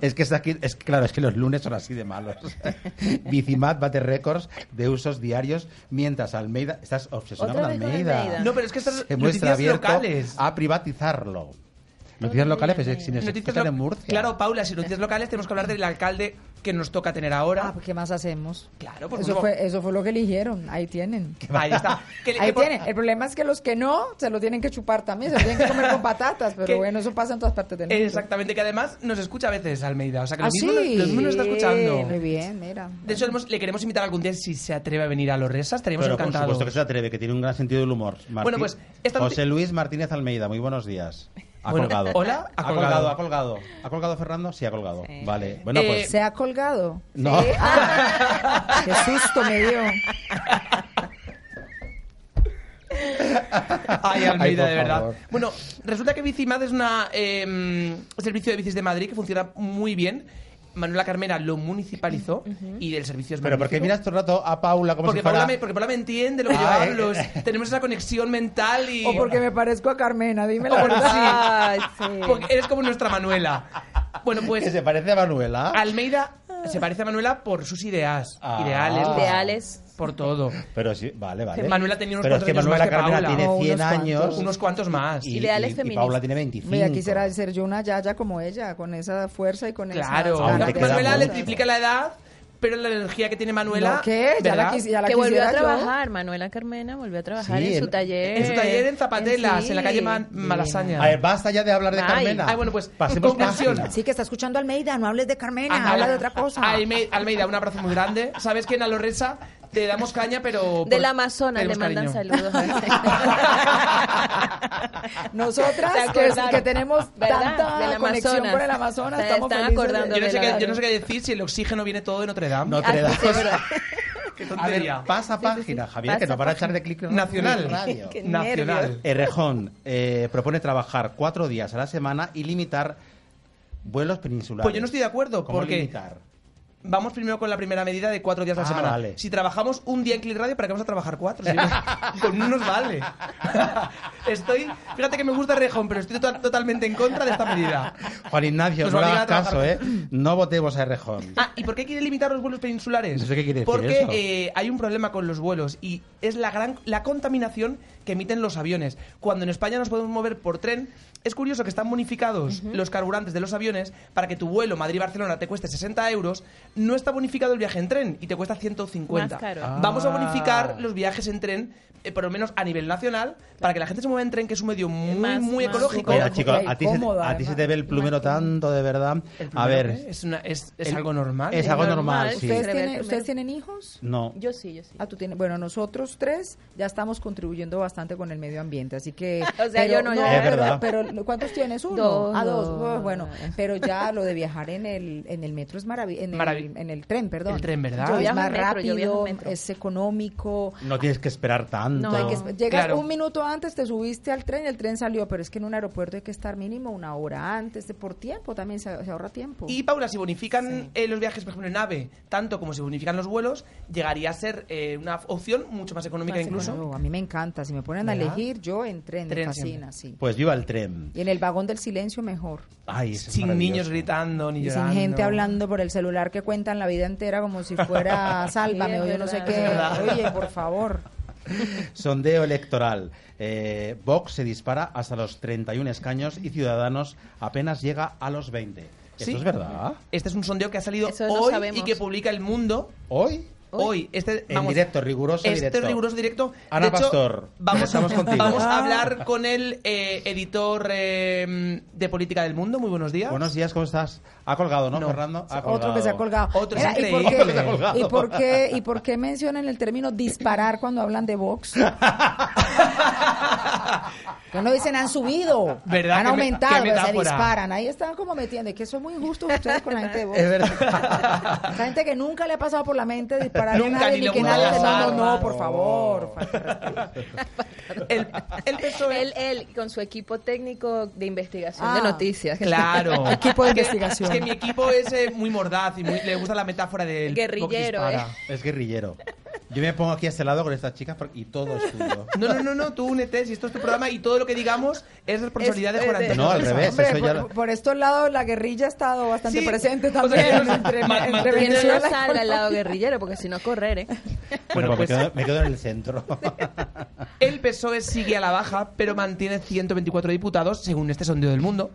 S3: es que está aquí, es que, claro, es que los lunes son así
S2: [LAUGHS]
S3: de malos. Bicimat bate récords de usos diarios, mientras Almeida, estás obsesionado con
S2: Otra vez con
S3: Almeida.
S2: Almeida.
S4: No, pero es que estas
S3: Se muestra
S4: noticias
S3: abierto
S4: locales.
S3: a privatizarlo. Noticias locales, pues, sin
S4: Noticias
S3: estar
S4: lo-
S3: en Murcia.
S4: Claro, Paula, si noticias locales tenemos que hablar del alcalde que nos toca tener ahora.
S5: Ah,
S3: pues,
S5: ¿qué más hacemos?
S4: Claro, pues
S5: eso
S4: no-
S5: fue, eso fue lo que eligieron. Ahí tienen.
S4: [LAUGHS] Ahí está. Que-
S5: Ahí
S4: que por-
S5: tienen. El problema es que los que no se lo tienen que chupar también, se lo tienen que
S4: [LAUGHS]
S5: comer con patatas, pero
S4: Que-
S5: bueno, eso pasa en todas partes del mundo.
S4: Exactamente, que además nos escucha a veces Almeida. O sea, que lo,
S5: ¿Ah,
S4: mismo, nos-
S5: sí?
S4: lo mismo nos está escuchando.
S5: Muy bien, mira.
S4: De hecho, hemos- le queremos invitar algún día si se atreve a venir a los Resas. Estaríamos
S3: Pero por
S4: encantados.
S3: supuesto que se atreve, que tiene un gran sentido del humor. Martín-
S4: Bueno, pues, esta noti-
S3: José Luis Martínez Almeida, muy buenos días. Ha
S4: Bueno,
S3: colgado.
S4: hola, ha
S3: ha colgado,
S4: colgado.
S3: ha colgado. ¿Ha colgado Fernando? Sí, ha colgado. Vale. Bueno,
S4: Eh,
S3: pues.
S5: ¿Se ha colgado?
S3: No.
S4: [LAUGHS]
S5: Ah, qué susto me dio.
S4: Ay, Almeida,
S3: Ay, por
S4: de verdad.
S3: favor.
S4: Bueno, resulta que Bicimad es una eh, mm, servicio de bicis de Madrid que funciona muy bien. Manuela Carmena lo municipalizó y el servicio es
S3: Pero ¿por qué
S4: magnífico.
S3: miras todo el rato a Paula como
S4: porque,
S3: si fuera...
S4: Paula me, porque Paula me entiende lo que yo
S3: Ah, eh.
S4: hablo. es- Tenemos esa conexión mental y...
S5: O porque me parezco a Carmena, dime
S4: O
S5: la
S4: porque-
S5: verdad.
S2: [LAUGHS] Ay, sí.
S4: porque eres como nuestra Manuela. Bueno,
S3: Que
S4: pues
S3: se parece a Manuela.
S4: Almeida se parece a Manuela por sus ideas,
S3: Ah.
S4: ideales, por-
S2: Ideales.
S4: por todo.
S3: Pero sí, vale, vale.
S4: Manuela tenía unos
S3: Pero es
S4: cuantos
S3: que
S4: años
S3: Manuela
S4: más que
S3: Carmena
S4: Paula.
S3: tiene
S5: No,
S3: 100
S5: unos
S3: años.
S5: cuantos.
S4: Unos cuantos más.
S3: y,
S2: Ideales
S3: y- y
S2: feministas.
S3: Paula tiene 25.
S5: Mira, quisiera ser yo una yaya como ella, con esa fuerza y con
S4: Claro,
S5: esa...
S3: Aún te
S4: Aunque
S3: queda
S4: Manuela le
S3: mucho.
S4: triplica la edad, pero la energía que tiene Manuela.
S5: No, ¿Qué? Ya la,
S4: ¿verdad?
S5: quis- ya la
S2: que volvió a
S5: quisiera yo.
S2: trabajar, Manuela Carmena volvió a trabajar
S3: Sí,
S2: en su
S3: en-
S2: taller.
S4: En su taller en Zapatelas, en,
S2: sí.
S4: la calle Man- Malasaña.
S3: A ver, basta ya de hablar de
S2: Ay.
S3: Carmena.
S4: Ay, bueno, pues,
S3: Pasemos
S4: conclusión.
S3: página.
S5: Sí, que está escuchando Almeida, no hables de Carmena,
S4: Ah,
S5: habla
S4: Alme-
S5: de otra cosa.
S4: Alme- Almeida, un abrazo muy grande. Sabes que en Alorresa te damos caña, pero.
S2: Del Amazonas le
S4: tenemos
S2: mandan
S4: cariño.
S2: saludos.
S4: [LAUGHS]
S5: Nosotras
S2: Se
S5: que,
S2: acordaron,
S5: que tenemos
S2: ¿verdad?
S5: tanta
S2: Del
S5: conexión
S2: Amazonas.
S5: con el Amazonas,
S2: Se
S5: estamos
S2: están
S5: felices de-
S2: acordando
S4: Yo no, sé
S2: Verdad.
S4: qué, yo no sé qué decir si el oxígeno viene todo de Notre Dame.
S3: No te
S2: Ah,
S3: das.
S2: sí, es verdad.
S4: Qué
S3: A ver,
S4: tontería.
S3: pasa página, Javier, que
S2: Pasa
S3: no para echar de clic
S4: Nacional.
S5: [LAUGHS]
S3: Radio.
S2: Qué
S4: Nacional.
S3: Errejón eh, propone trabajar cuatro días a la semana y limitar vuelos peninsulares.
S4: Pues yo no estoy de acuerdo,
S3: ¿Cómo
S4: porque
S3: limitar?
S4: Vamos primero con la primera medida de cuatro días a la
S3: Ah,
S4: semana.
S3: vale.
S4: Si trabajamos un día en Clean Radio, ¿para qué vamos a trabajar
S3: [LAUGHS]
S4: cuatro? Si no- con uno nos vale. [LAUGHS] estoy. Fíjate que me gusta Rejón, pero estoy to- totalmente en contra de esta medida.
S3: Juan Ignacio,
S4: Nos
S3: no le
S4: obliga
S3: hagas
S4: a
S3: caso, ¿eh?
S4: trabajar.
S3: No votemos a Errejón.
S4: Ah, ¿y por qué quiere limitar los vuelos peninsulares?
S3: No sé qué quiere decir
S4: Porque
S3: eso.
S4: eh, hay un problema con los vuelos y es la gran la contaminación que emiten los aviones. Cuando en España nos podemos mover por tren, es curioso que están bonificados los carburantes de los aviones para que tu vuelo Madrid-Barcelona te cueste 60 euros, no está bonificado el viaje en tren y te cuesta 150.
S2: Más caro.
S3: Ah.
S4: Vamos a bonificar los viajes en tren, eh, por lo menos a nivel nacional, para que la gente se mueva en tren, que es un medio muy,
S2: Más-
S4: muy
S2: más
S4: ecológico.
S3: Mira,
S5: Ojo,
S3: chicos,
S5: que
S3: a ti, se,
S5: incómodo,
S3: a ti se te
S5: además.
S3: ve el plumero tanto, de verdad.
S4: El
S3: A
S4: primero, ¿eh?
S3: ver,
S4: Es, una- es, es
S3: el-
S4: algo normal.
S3: es algo normal,
S2: normal,
S3: sí.
S5: ¿Ustedes,
S2: Sí.
S5: tienen, ¿Ustedes tienen hijos?
S3: No.
S2: Yo sí, yo sí.
S5: Ah, tú tienes. Bueno, nosotros tres ya estamos contribuyendo bastante con el medio ambiente, así que.
S2: [LAUGHS] O sea, yo no, yo
S3: no. Es verdad.
S5: Pero ¿cuántos tienes? Uno.
S2: Dos,
S5: Ah, dos.
S2: dos.
S5: Oh, Bueno, pero ya lo de viajar en el en el metro es maravilloso. En, el-
S4: Maravi-
S5: en el tren, perdón.
S4: El tren, ¿verdad? Yo
S5: Es
S2: viajo
S5: más
S2: en metro, yo viajo en
S5: rápido,
S2: metro.
S5: es económico.
S3: No tienes que esperar tanto.
S2: No
S5: hay que esp- llegas
S4: Claro.
S5: un minuto antes, te subiste al tren, el tren salió, pero es que en un aeropuerto hay que estar mínimo una hora antes, de- por tiempo también se, se ahorra tiempo.
S4: Y Paula, si bonifican eh, los viajes, por ejemplo, en AVE, tanto como si bonifican los vuelos, llegaría a ser eh, una opción mucho más económica
S2: Más
S4: incluso.
S5: Claro, a mí me encanta, si me ponen a
S4: ¿Verdad?
S5: elegir, yo en tren, me
S4: Tren
S5: fascina, sí.
S3: Pues viva el tren.
S5: Y en el vagón del silencio mejor.
S3: Ay, eso es
S4: Sin
S3: maravilloso.
S4: niños gritando ni
S5: Y sin
S4: llorando.
S5: gente hablando por el
S2: [LAUGHS]
S5: celular que cuentan la vida entera como si fuera sálvame
S2: Sí, es
S5: o yo no sé
S2: verdad.
S5: qué.
S4: Es verdad.
S5: Oye, por favor.
S3: Sondeo electoral. Eh, Vox se dispara hasta los 31 escaños y Ciudadanos apenas llega a los 20.
S4: Sí.
S3: ¿Esto es verdad?
S4: Este es un sondeo que ha salido
S2: Eso lo
S4: hoy
S2: sabemos.
S4: y que publica El Mundo
S3: ¿Hoy?
S4: hoy.
S2: Hoy.
S4: Este,
S3: En
S4: vamos,
S3: directo, riguroso
S4: este
S3: directo.
S4: riguroso directo.
S3: Ana
S4: de hecho,
S3: Pastor,
S4: vamos,
S3: estamos contigo.
S4: vamos a hablar con el eh, editor eh, de Política del Mundo. Muy buenos días.
S3: Buenos días, ¿cómo estás? ¿Ha colgado, no,
S4: No.
S3: Fernando? Ha
S5: Otro que se ha colgado.
S4: Otro es
S5: ¿y, por
S4: increíble.
S5: qué,
S4: Otro que se ha
S3: colgado.
S5: ¿y, por qué, ¿Y por qué mencionan el término disparar cuando hablan
S4: [LAUGHS]
S5: de Vox? Que no dicen han subido,
S4: ¿Verdad?
S5: han
S4: Qué me-
S5: aumentado,
S4: qué
S5: o sea,
S4: metáfora.
S5: disparan. Ahí están como metiendo, y que eso es muy injusto ustedes con la gente de
S4: [LAUGHS]
S5: Vox.
S4: Es verdad.
S5: Esa gente que nunca le ha pasado por la mente disparar
S4: Nunca,
S5: a nadie,
S4: ni
S5: ni
S4: le
S5: que
S4: gustó
S5: nadie
S4: las
S5: no, no,
S4: armas.
S5: por favor. falta de respeto.
S4: el, el PSOE.
S2: Él, él, con su equipo técnico de investigación
S5: Ah,
S2: de noticias. [LAUGHS]
S4: Claro.
S5: [LAUGHS] Equipo de
S4: Es que-
S5: investigación.
S4: Es que mi equipo es eh, muy mordaz y muy- le gusta la metáfora del
S2: Guerrillero, ¿eh?
S4: Vox dispara.
S3: Es guerrillero. Yo me pongo aquí a este lado con estas chicas porque- y todo es tuyo.
S4: No, no, no, no, tú únete, si esto es tu programa y todo lo que digamos es [LAUGHS] responsabilidad
S2: Es-
S4: de Juan
S2: es de-
S4: Antonio.
S3: No, al
S4: Mesa.
S3: revés.
S5: Hombre,
S3: eso ya
S5: por,
S3: lo-
S5: por estos lados la guerrilla ha estado bastante
S4: Sí,
S5: presente
S4: o sea, [LAUGHS]
S5: también
S4: ma-
S5: entre,
S4: ma-
S5: entre
S4: mantener-
S2: Que no
S5: Venezuela
S2: nos
S5: y
S2: salga al
S5: Colombia.
S2: lado guerrillero, porque si no, correr, ¿eh?
S3: Bueno,
S4: Bueno,
S3: pues
S4: pues-
S3: me, quedo, me quedo en el
S5: [LAUGHS]
S3: centro.
S4: El PSOE sigue a la baja, pero mantiene 124 diputados, según este sondeo del mundo.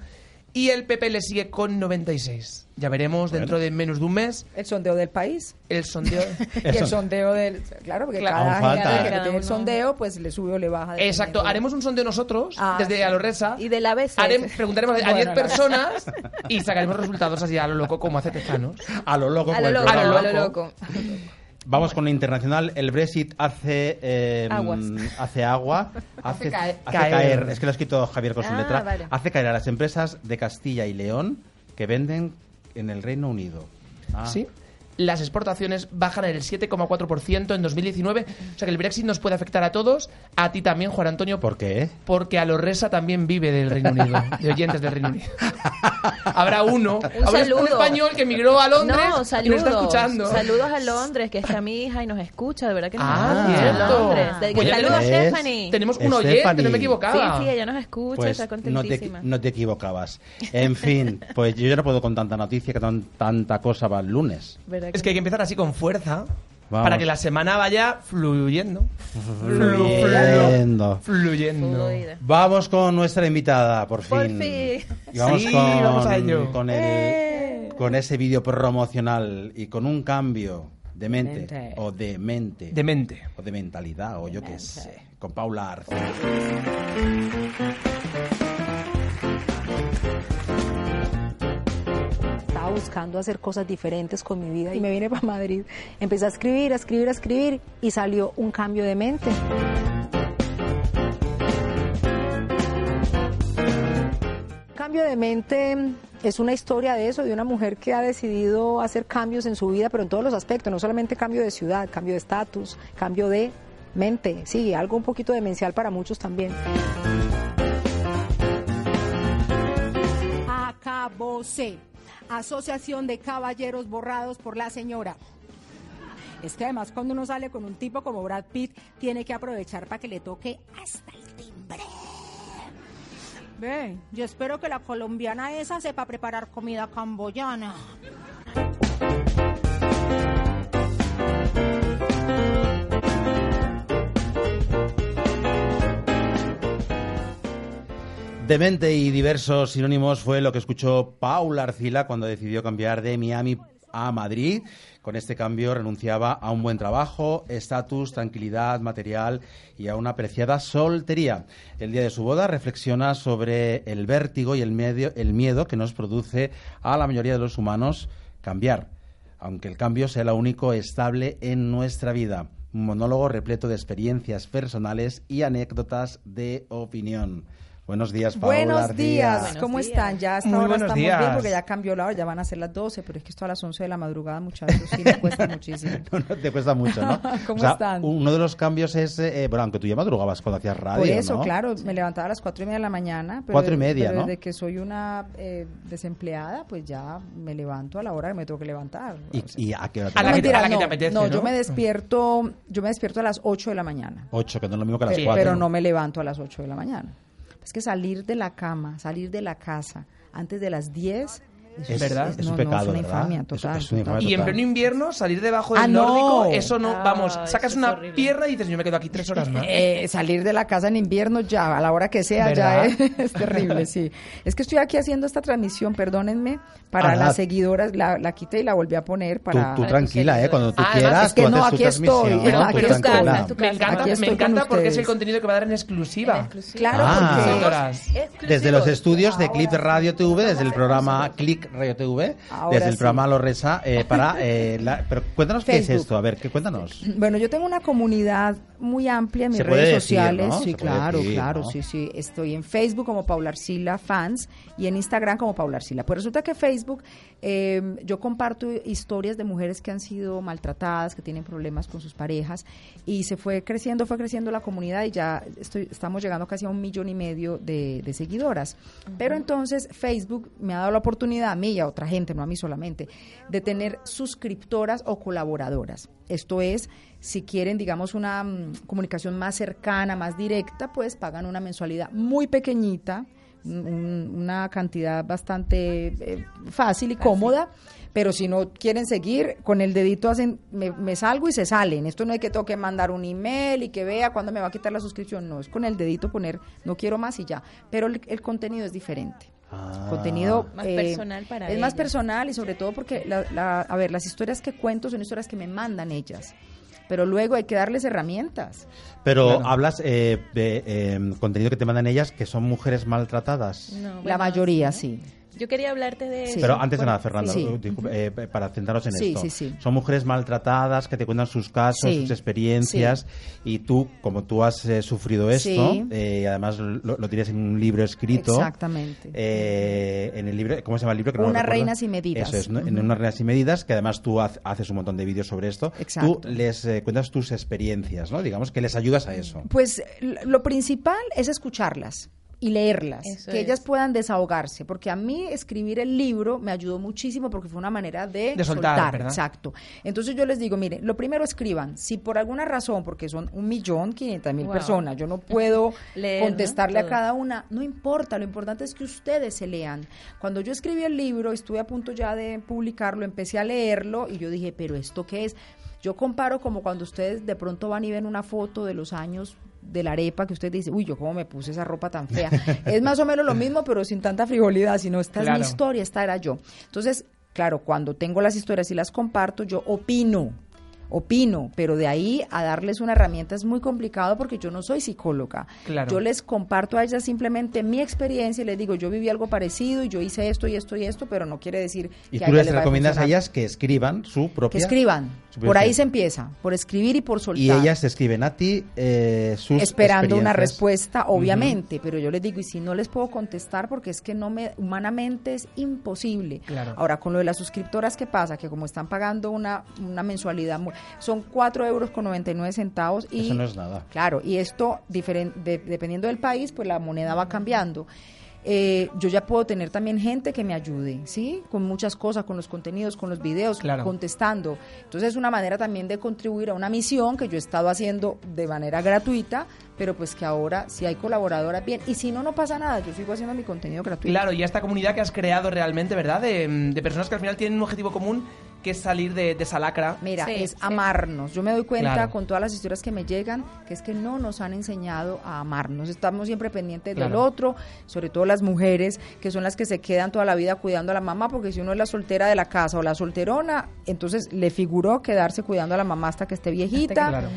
S4: Y el PP le sigue con 96. Ya veremos dentro de menos de un mes
S5: El sondeo del país.
S2: [LAUGHS]
S4: el sondeo.
S5: [LAUGHS] Y el sondeo del. Claro, porque
S4: Claro.
S5: cada
S3: Aún falta.
S5: gente que
S2: Cada
S5: tiene el
S2: uno.
S5: sondeo, pues le sube o le baja.
S4: Exacto,
S5: dependiendo.
S4: haremos un sondeo nosotros,
S5: Ah,
S4: desde
S5: sí.
S4: Alorresa.
S2: Y de la BCS.
S4: Harem- preguntaremos a
S5: Bueno,
S4: 10
S5: la-
S4: personas y sacaremos resultados así a lo loco, como hace Tezanos.
S3: A lo loco.
S2: A
S3: con
S2: lo
S3: el
S2: loco,
S3: programa.
S2: a lo
S4: programa.
S2: loco.
S3: Vamos con lo internacional. El Brexit hace, eh,
S2: Aguas.
S3: [LAUGHS]
S2: [LAUGHS]
S3: hace agua, hace,
S5: Hace caer.
S3: hace
S4: Caer.
S3: caer- Es que lo ha escrito Javier con su
S2: Ah,
S3: letra.
S2: vale.
S3: Hace caer a las empresas de Castilla y León que venden en el Reino Unido. Ah.
S4: ¿sí? Las exportaciones bajan el 7,4% en 2019. O sea que el Brexit nos puede afectar a todos. A ti también, Juan Antonio.
S3: ¿Por qué?
S4: Porque Alorresa también vive del Reino Unido, de oyentes del Reino Unido. Habrá uno,
S2: Un
S4: habrá un
S2: saludo.
S4: español que emigró a Londres
S2: No,
S4: y nos
S2: saludos.
S4: está escuchando.
S2: Saludos a Londres, que está mi hija y nos escucha, de verdad que nos
S4: Ah,
S2: escucha. en
S4: cierto.
S2: Londres. De-
S4: Pues ya
S2: saludos a
S3: ves.
S2: Stephanie.
S4: Tenemos un oyente,
S3: Stephanie.
S4: no me
S2: Sí,
S4: equivocaba.
S2: sí, ella nos escucha,
S3: Pues
S2: está
S3: no te,
S2: contentísima.
S3: no te equivocabas. En fin, pues yo ya no puedo con tanta noticia que tan- tanta cosa va el lunes.
S2: ¿Verdad
S4: Es que hay que empezar así con fuerza
S3: Vamos.
S4: para que la semana vaya fluyendo.
S3: Fluyendo.
S4: Fluyendo.
S2: Fluida.
S3: Vamos con nuestra invitada, por fin.
S2: Por fin.
S3: Y vamos
S4: Sí,
S3: con,
S4: vamos a ello.
S3: con el- con ese vídeo promocional y con un cambio de mente,
S5: Mente.
S3: o de mente
S4: De mente.
S3: o de mentalidad o yo qué sé, con Paula Arce.
S7: Estaba buscando hacer cosas diferentes con mi vida y me vine [LAUGHS] para Madrid. Empecé a escribir, a escribir, a escribir y salió un cambio de mente. Cambio de mente es una historia de eso, de una mujer que ha decidido hacer cambios en su vida, pero en todos los aspectos, no solamente cambio de ciudad, cambio de estatus, cambio de mente, sí, algo un poquito demencial para muchos también.
S8: Acabose. Asociación de Caballeros Borrados por la Señora. Es que además cuando uno sale con un tipo como Brad Pitt, tiene que aprovechar para que le toque hasta el timbre. Ve, yo espero que la colombiana esa sepa preparar comida camboyana.
S3: Demente y diversos sinónimos fue lo que escuchó Paula Arcila cuando decidió cambiar de Miami a Madrid. Con este cambio renunciaba a un buen trabajo, estatus, tranquilidad material y a una apreciada soltería. El día de su boda reflexiona sobre el vértigo y el, medio- el miedo que nos produce a la mayoría de los humanos cambiar, aunque el cambio sea lo único estable en nuestra vida. Un monólogo repleto de experiencias personales y anécdotas de opinión. Buenos días, Paula.
S5: Buenos
S3: Ardila.
S5: días,
S2: Buenos
S5: ¿cómo
S2: días.
S5: están? Ya hasta
S4: Muy
S5: ahora
S4: buenos
S5: estamos
S4: días.
S5: bien porque ya cambió la hora, ya van a ser las 12, pero es que esto a las 11 de la madrugada, muchachos, sí me cuesta muchísimo.
S3: No, no, te cuesta mucho, ¿no? O
S5: ¿Cómo
S3: sea,
S5: están?
S3: Uno de los cambios es, eh, bueno, aunque tú ya madrugabas cuando hacías [LAUGHS] radio,
S5: Por eso,
S3: ¿no?
S5: claro, me levantaba a las cuatro y media de la mañana. Pero,
S3: Cuatro y media,
S5: pero
S3: ¿no?
S5: Desde que soy una eh, desempleada, pues ya me levanto a la hora que me tengo que levantar.
S3: ¿Y,
S5: O sea,
S3: y a qué hora te
S4: A la
S5: no,
S4: que te-
S3: levantas?
S5: mentira,
S4: que
S5: no,
S4: te apetece,
S5: no,
S4: ¿no?
S5: yo me despierto, yo me despierto a las 8 de la mañana.
S3: Ocho, que no es lo mismo que a las
S5: pe-
S3: cuatro.
S5: Pero no me levanto a las 8 de la mañana. Es que salir de la cama, salir de la casa antes de las 10
S3: Es,
S4: ¿Verdad?
S3: es un
S7: No, no,
S3: pecado,
S7: es una
S3: ¿verdad?
S7: infamia
S3: Es-
S7: total,
S3: es una infamia
S4: Y en
S3: Ah, total.
S4: pleno invierno, salir debajo del
S7: Ah, no.
S4: nórdico, eso no,
S2: Ah,
S4: vamos,
S2: eso
S4: sacas
S2: es
S4: una
S2: horrible.
S4: pierna y dices, yo me quedo aquí tres horas más.
S5: Eh, salir de la casa en invierno ya, a la hora que sea,
S4: ¿Verdad?
S5: ya [LAUGHS] es, es terrible, sí. Es que estoy aquí haciendo esta transmisión, perdónenme, para
S3: Ah,
S5: las
S3: nada.
S5: seguidoras, la, la quité y la volví a poner para...
S3: Tú, tú
S2: tus
S3: tranquila, ¿eh?
S2: seguidores.
S3: Cuando tú
S2: Ah,
S3: quieras,
S5: además es que
S3: tú
S5: no,
S3: haces tu
S5: aquí estoy,
S3: transmisión,
S2: ¿no?
S3: tú
S2: Aquí estoy.
S3: tranquila.
S2: Tú-
S4: me encanta,
S5: Aquí
S4: me
S5: estoy
S4: encanta
S5: con
S4: porque es
S5: ustedes.
S4: el contenido que va a dar en exclusiva.
S5: Claro,
S3: Ah.
S5: porque-
S3: Exacto.
S4: Seguidoras.
S3: Desde los estudios de Clip Radio TV, desde el programa Click Radio TV,
S5: Ahora
S3: desde el
S5: sí.
S3: programa Lo Reza, eh, para... eh, la- pero cuéntanos qué es
S5: Facebook.
S3: esto, a ver, que cuéntanos.
S5: [CLEARS THROAT] Bueno, yo tengo una comunidad muy amplia en mis
S3: Se puede
S5: redes
S3: decir,
S5: sociales.
S3: ¿no?
S5: Sí,
S3: Se puede
S5: claro,
S3: decir,
S5: claro,
S3: ¿no?
S5: sí, sí. Estoy en Facebook como Paularcila Fans y en Instagram como Paularcila. Pues resulta que Facebook, eh, yo comparto historias de mujeres que han sido maltratadas, que tienen problemas con sus parejas y se fue creciendo, fue creciendo la comunidad y ya estoy, estamos llegando casi a un millón y medio de, de seguidoras. Pero entonces Facebook me ha dado la oportunidad a mí y a otra gente, no a mí solamente, de tener suscriptoras o colaboradoras. Esto es, si quieren, digamos, una mm, comunicación más cercana, más directa, pues pagan una mensualidad muy pequeñita, un- un- una cantidad bastante eh, fácil y cómoda. Pero si no quieren seguir, con el dedito hacen, me, me salgo y se salen. Esto no es que tengo que mandar un email y que vea cuándo me va a quitar la suscripción. No, es con el dedito poner, no quiero más y ya. Pero el- el contenido es diferente
S3: Ah.
S5: contenido eh,
S2: Más personal para
S5: es más
S2: ellas.
S5: personal y sobre todo porque la- la- a ver las historias que cuento son historias que me mandan ellas pero luego hay que darles herramientas
S3: Pero hablas eh, de eh, contenido que te mandan ellas, que son mujeres maltratadas.
S2: No,
S5: la
S2: bueno,
S5: mayoría
S2: ¿no?
S5: sí
S2: Yo quería hablarte de
S5: Sí.
S2: eso.
S3: Pero antes de
S2: Bueno,
S3: nada, Fernanda,
S5: sí.
S3: eh, disculpa, eh, para centrarnos en
S5: Sí,
S3: esto.
S5: sí, sí.
S3: Son mujeres maltratadas que te cuentan sus casos,
S5: Sí.
S3: sus experiencias, y tú, como tú has eh, sufrido esto,
S5: Sí.
S3: eh, y además lo, lo tienes en un libro escrito.
S5: Exactamente.
S3: eh, en el libro, ¿cómo se llama el libro? Que lo
S5: Unas
S3: recuerdo.
S5: reinas y medidas.
S3: Eso es, ¿no? en
S5: Ujú.
S3: unas reinas y medidas, que además tú ha- haces un montón de vídeos sobre esto.
S5: Exacto.
S3: Tú les eh, cuentas tus experiencias, ¿no? Digamos que les ayudas a eso.
S5: Pues l- lo principal es escucharlas y leerlas,
S2: Eso
S5: que
S2: es.
S5: ellas puedan desahogarse, porque a mí escribir el libro me ayudó muchísimo porque fue una manera de,
S4: De soltar, ¿verdad?
S5: exacto. Entonces yo les digo, miren, lo primero escriban, si por alguna razón, porque son un millón quinientas mil
S2: Wow.
S5: personas,
S2: [LAUGHS]
S5: yo no puedo
S2: Leer, ¿no?
S5: contestarle a
S2: Todo.
S5: cada una, no importa, lo importante es que ustedes se lean. Cuando yo escribí el libro, estuve a punto ya de publicarlo, empecé a leerlo y yo dije, pero ¿esto qué es? Yo comparo como cuando ustedes de pronto van y ven una foto de los años de la arepa que usted dice, uy, yo cómo me puse esa ropa tan fea. es más o menos lo mismo, pero sin tanta frivolidad, sino esta es
S4: Claro.
S5: mi historia, esta era yo. Entonces, claro, cuando tengo las historias y las comparto, yo opino opino, pero de ahí a darles una herramienta es muy complicado porque yo no soy psicóloga.
S4: Claro.
S5: Yo les comparto a ellas simplemente mi experiencia y les digo, yo viví algo parecido y yo hice esto y esto y esto, pero no quiere decir
S3: Y
S5: que
S3: tú
S5: ella
S3: les
S5: le vaya
S3: recomiendas a
S5: funcionar.
S3: ellas que escriban su propia...
S5: que escriban.
S3: su propia
S5: Por ahí
S3: experiencia.
S5: se empieza, por escribir y por soltar.
S3: Y ellas te escriben a ti eh, sus
S5: esperando una
S3: experiencias.
S5: respuesta, obviamente, pero yo les digo, y si no les puedo contestar, porque es que no me, humanamente es imposible.
S4: Claro.
S5: Ahora, con lo de las suscriptoras, ¿qué pasa? Que como están pagando una, una mensualidad, mu- son 4 euros con 99 centavos y...
S3: Eso no es nada.
S5: Claro, y esto, diferen- de- dependiendo del país, pues la moneda va cambiando. Eh, yo ya puedo tener también gente que me ayude, ¿sí? Con muchas cosas, con los contenidos, con los videos,
S4: Claro.
S5: contestando. Entonces es una manera también de contribuir a una misión que yo he estado haciendo de manera gratuita, pero pues que ahora si hay colaboradoras, bien. Y si no, no pasa nada, yo sigo haciendo mi contenido gratuito.
S4: Claro, y a esta comunidad que has creado realmente, ¿verdad? De, de personas que al final tienen un objetivo común, que es salir de, de esa lacra.
S5: Mira,
S2: Sí,
S5: es
S2: sí.
S5: amarnos. Yo me doy cuenta
S4: Claro.
S5: con todas las historias que me llegan que es que no nos han enseñado a amarnos. Estamos siempre pendientes del
S4: Claro.
S5: otro, sobre todo las mujeres, que son las que se quedan toda la vida cuidando a la mamá, porque si uno es la soltera de la casa o la solterona, entonces le figuró quedarse cuidando a la mamá hasta que esté viejita,
S4: Claro.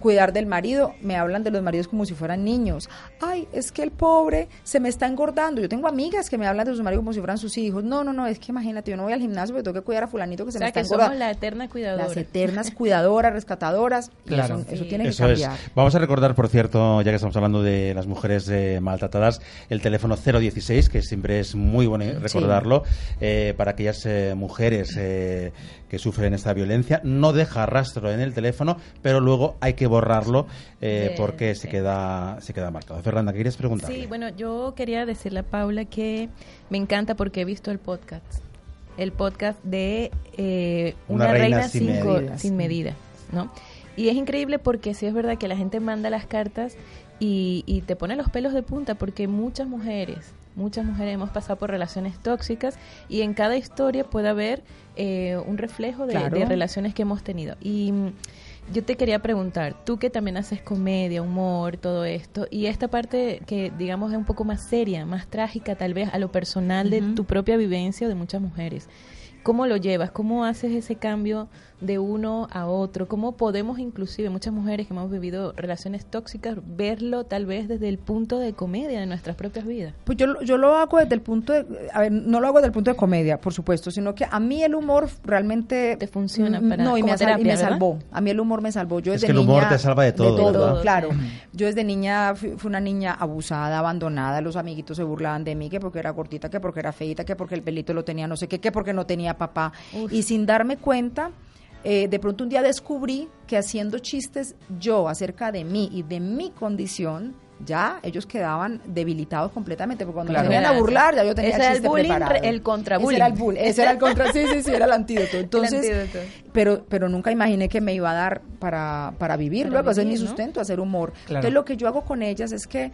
S5: cuidar del marido. Me hablan de los maridos como si fueran niños. Ay, es que el pobre se me está engordando. Yo tengo amigas que me hablan de sus maridos como si fueran sus hijos. No, no, no, es que imagínate, yo no voy al gimnasio porque tengo que cuidar a fulanito que se
S2: o
S5: me
S2: sea,
S5: está
S2: que
S5: engordando
S2: somos la eterna cuidadora.
S5: las eternas [LAUGHS] cuidadoras, rescatadoras. y
S4: Claro.
S5: eso, eso
S2: Sí.
S5: tiene que
S3: Eso es.
S5: cambiar.
S3: Vamos a recordar, por cierto, ya que estamos hablando de las mujeres eh, maltratadas, el teléfono 016, que siempre es muy bueno recordarlo, eh, para aquellas eh, mujeres eh, que sufren esta violencia. No deja rastro en el teléfono, pero luego hay que borrarlo eh,
S2: Sí,
S3: porque se
S2: sí.
S3: queda se queda marcado. Fernanda, ¿qué querías preguntar?
S2: Sí, bueno, yo quería decirle a Paula que me encanta porque he visto el podcast. El podcast de eh,
S3: Una
S2: Una,
S3: reina
S2: reina,
S3: sin
S2: sin, go-
S5: medidas.
S2: sin medidas, ¿no? Y es increíble porque sí es verdad que la gente manda las cartas y, y te pone los pelos de punta porque muchas mujeres Muchas mujeres hemos pasado por relaciones tóxicas y en cada historia puede haber eh, un reflejo de,
S5: Claro.
S2: de relaciones que hemos tenido. Y mm, yo te quería preguntar, tú que también haces comedia, humor, todo esto, y esta parte que digamos es un poco más seria, más trágica tal vez a lo personal de tu propia vivencia o de muchas mujeres. ¿Cómo lo llevas? ¿Cómo haces ese cambio de uno a otro? ¿Cómo podemos inclusive, muchas mujeres que hemos vivido relaciones tóxicas, verlo tal vez desde el punto de comedia de nuestras propias vidas?
S5: Pues yo, lo- yo lo hago desde el punto de... A ver, no lo hago desde el punto de comedia, por supuesto, sino que a mí el humor realmente...
S2: Te funciona
S5: Mm,
S2: para-
S5: No, y me,
S2: como
S5: sal- y
S2: terapia,
S5: me
S2: ¿verdad?
S5: salvó. A mí el humor me salvó. Yo
S3: Es
S5: desde
S3: que el humor
S5: niña-
S3: te salva de todo,
S2: ¿verdad?
S5: claro. Yo desde niña fui, fui una niña abusada, abandonada. Los amiguitos se burlaban de mí, que porque era gordita, que porque era feita, que porque el pelito lo tenía no sé qué, que porque no tenía papá. Y sin darme cuenta... eh, de pronto un día descubrí que haciendo chistes yo acerca de mí y de mi condición, ya ellos quedaban debilitados completamente, porque cuando
S4: Claro.
S5: me venían a burlar, ya yo tenía
S2: Ese era el
S5: chiste
S2: bullying,
S5: preparado.
S2: el contrabullying.
S5: Ese era el bull- ese era el contra, sí, sí, sí, era el
S2: [LAUGHS]
S5: antídoto. Entonces,
S2: antídoto.
S5: Pero, pero nunca imaginé que me iba a dar para, para vivir,
S2: Para
S5: luego hacer mi
S2: vivir, ¿no?
S5: sustento, hacer humor.
S4: Claro.
S5: Entonces, lo que yo hago con ellas es que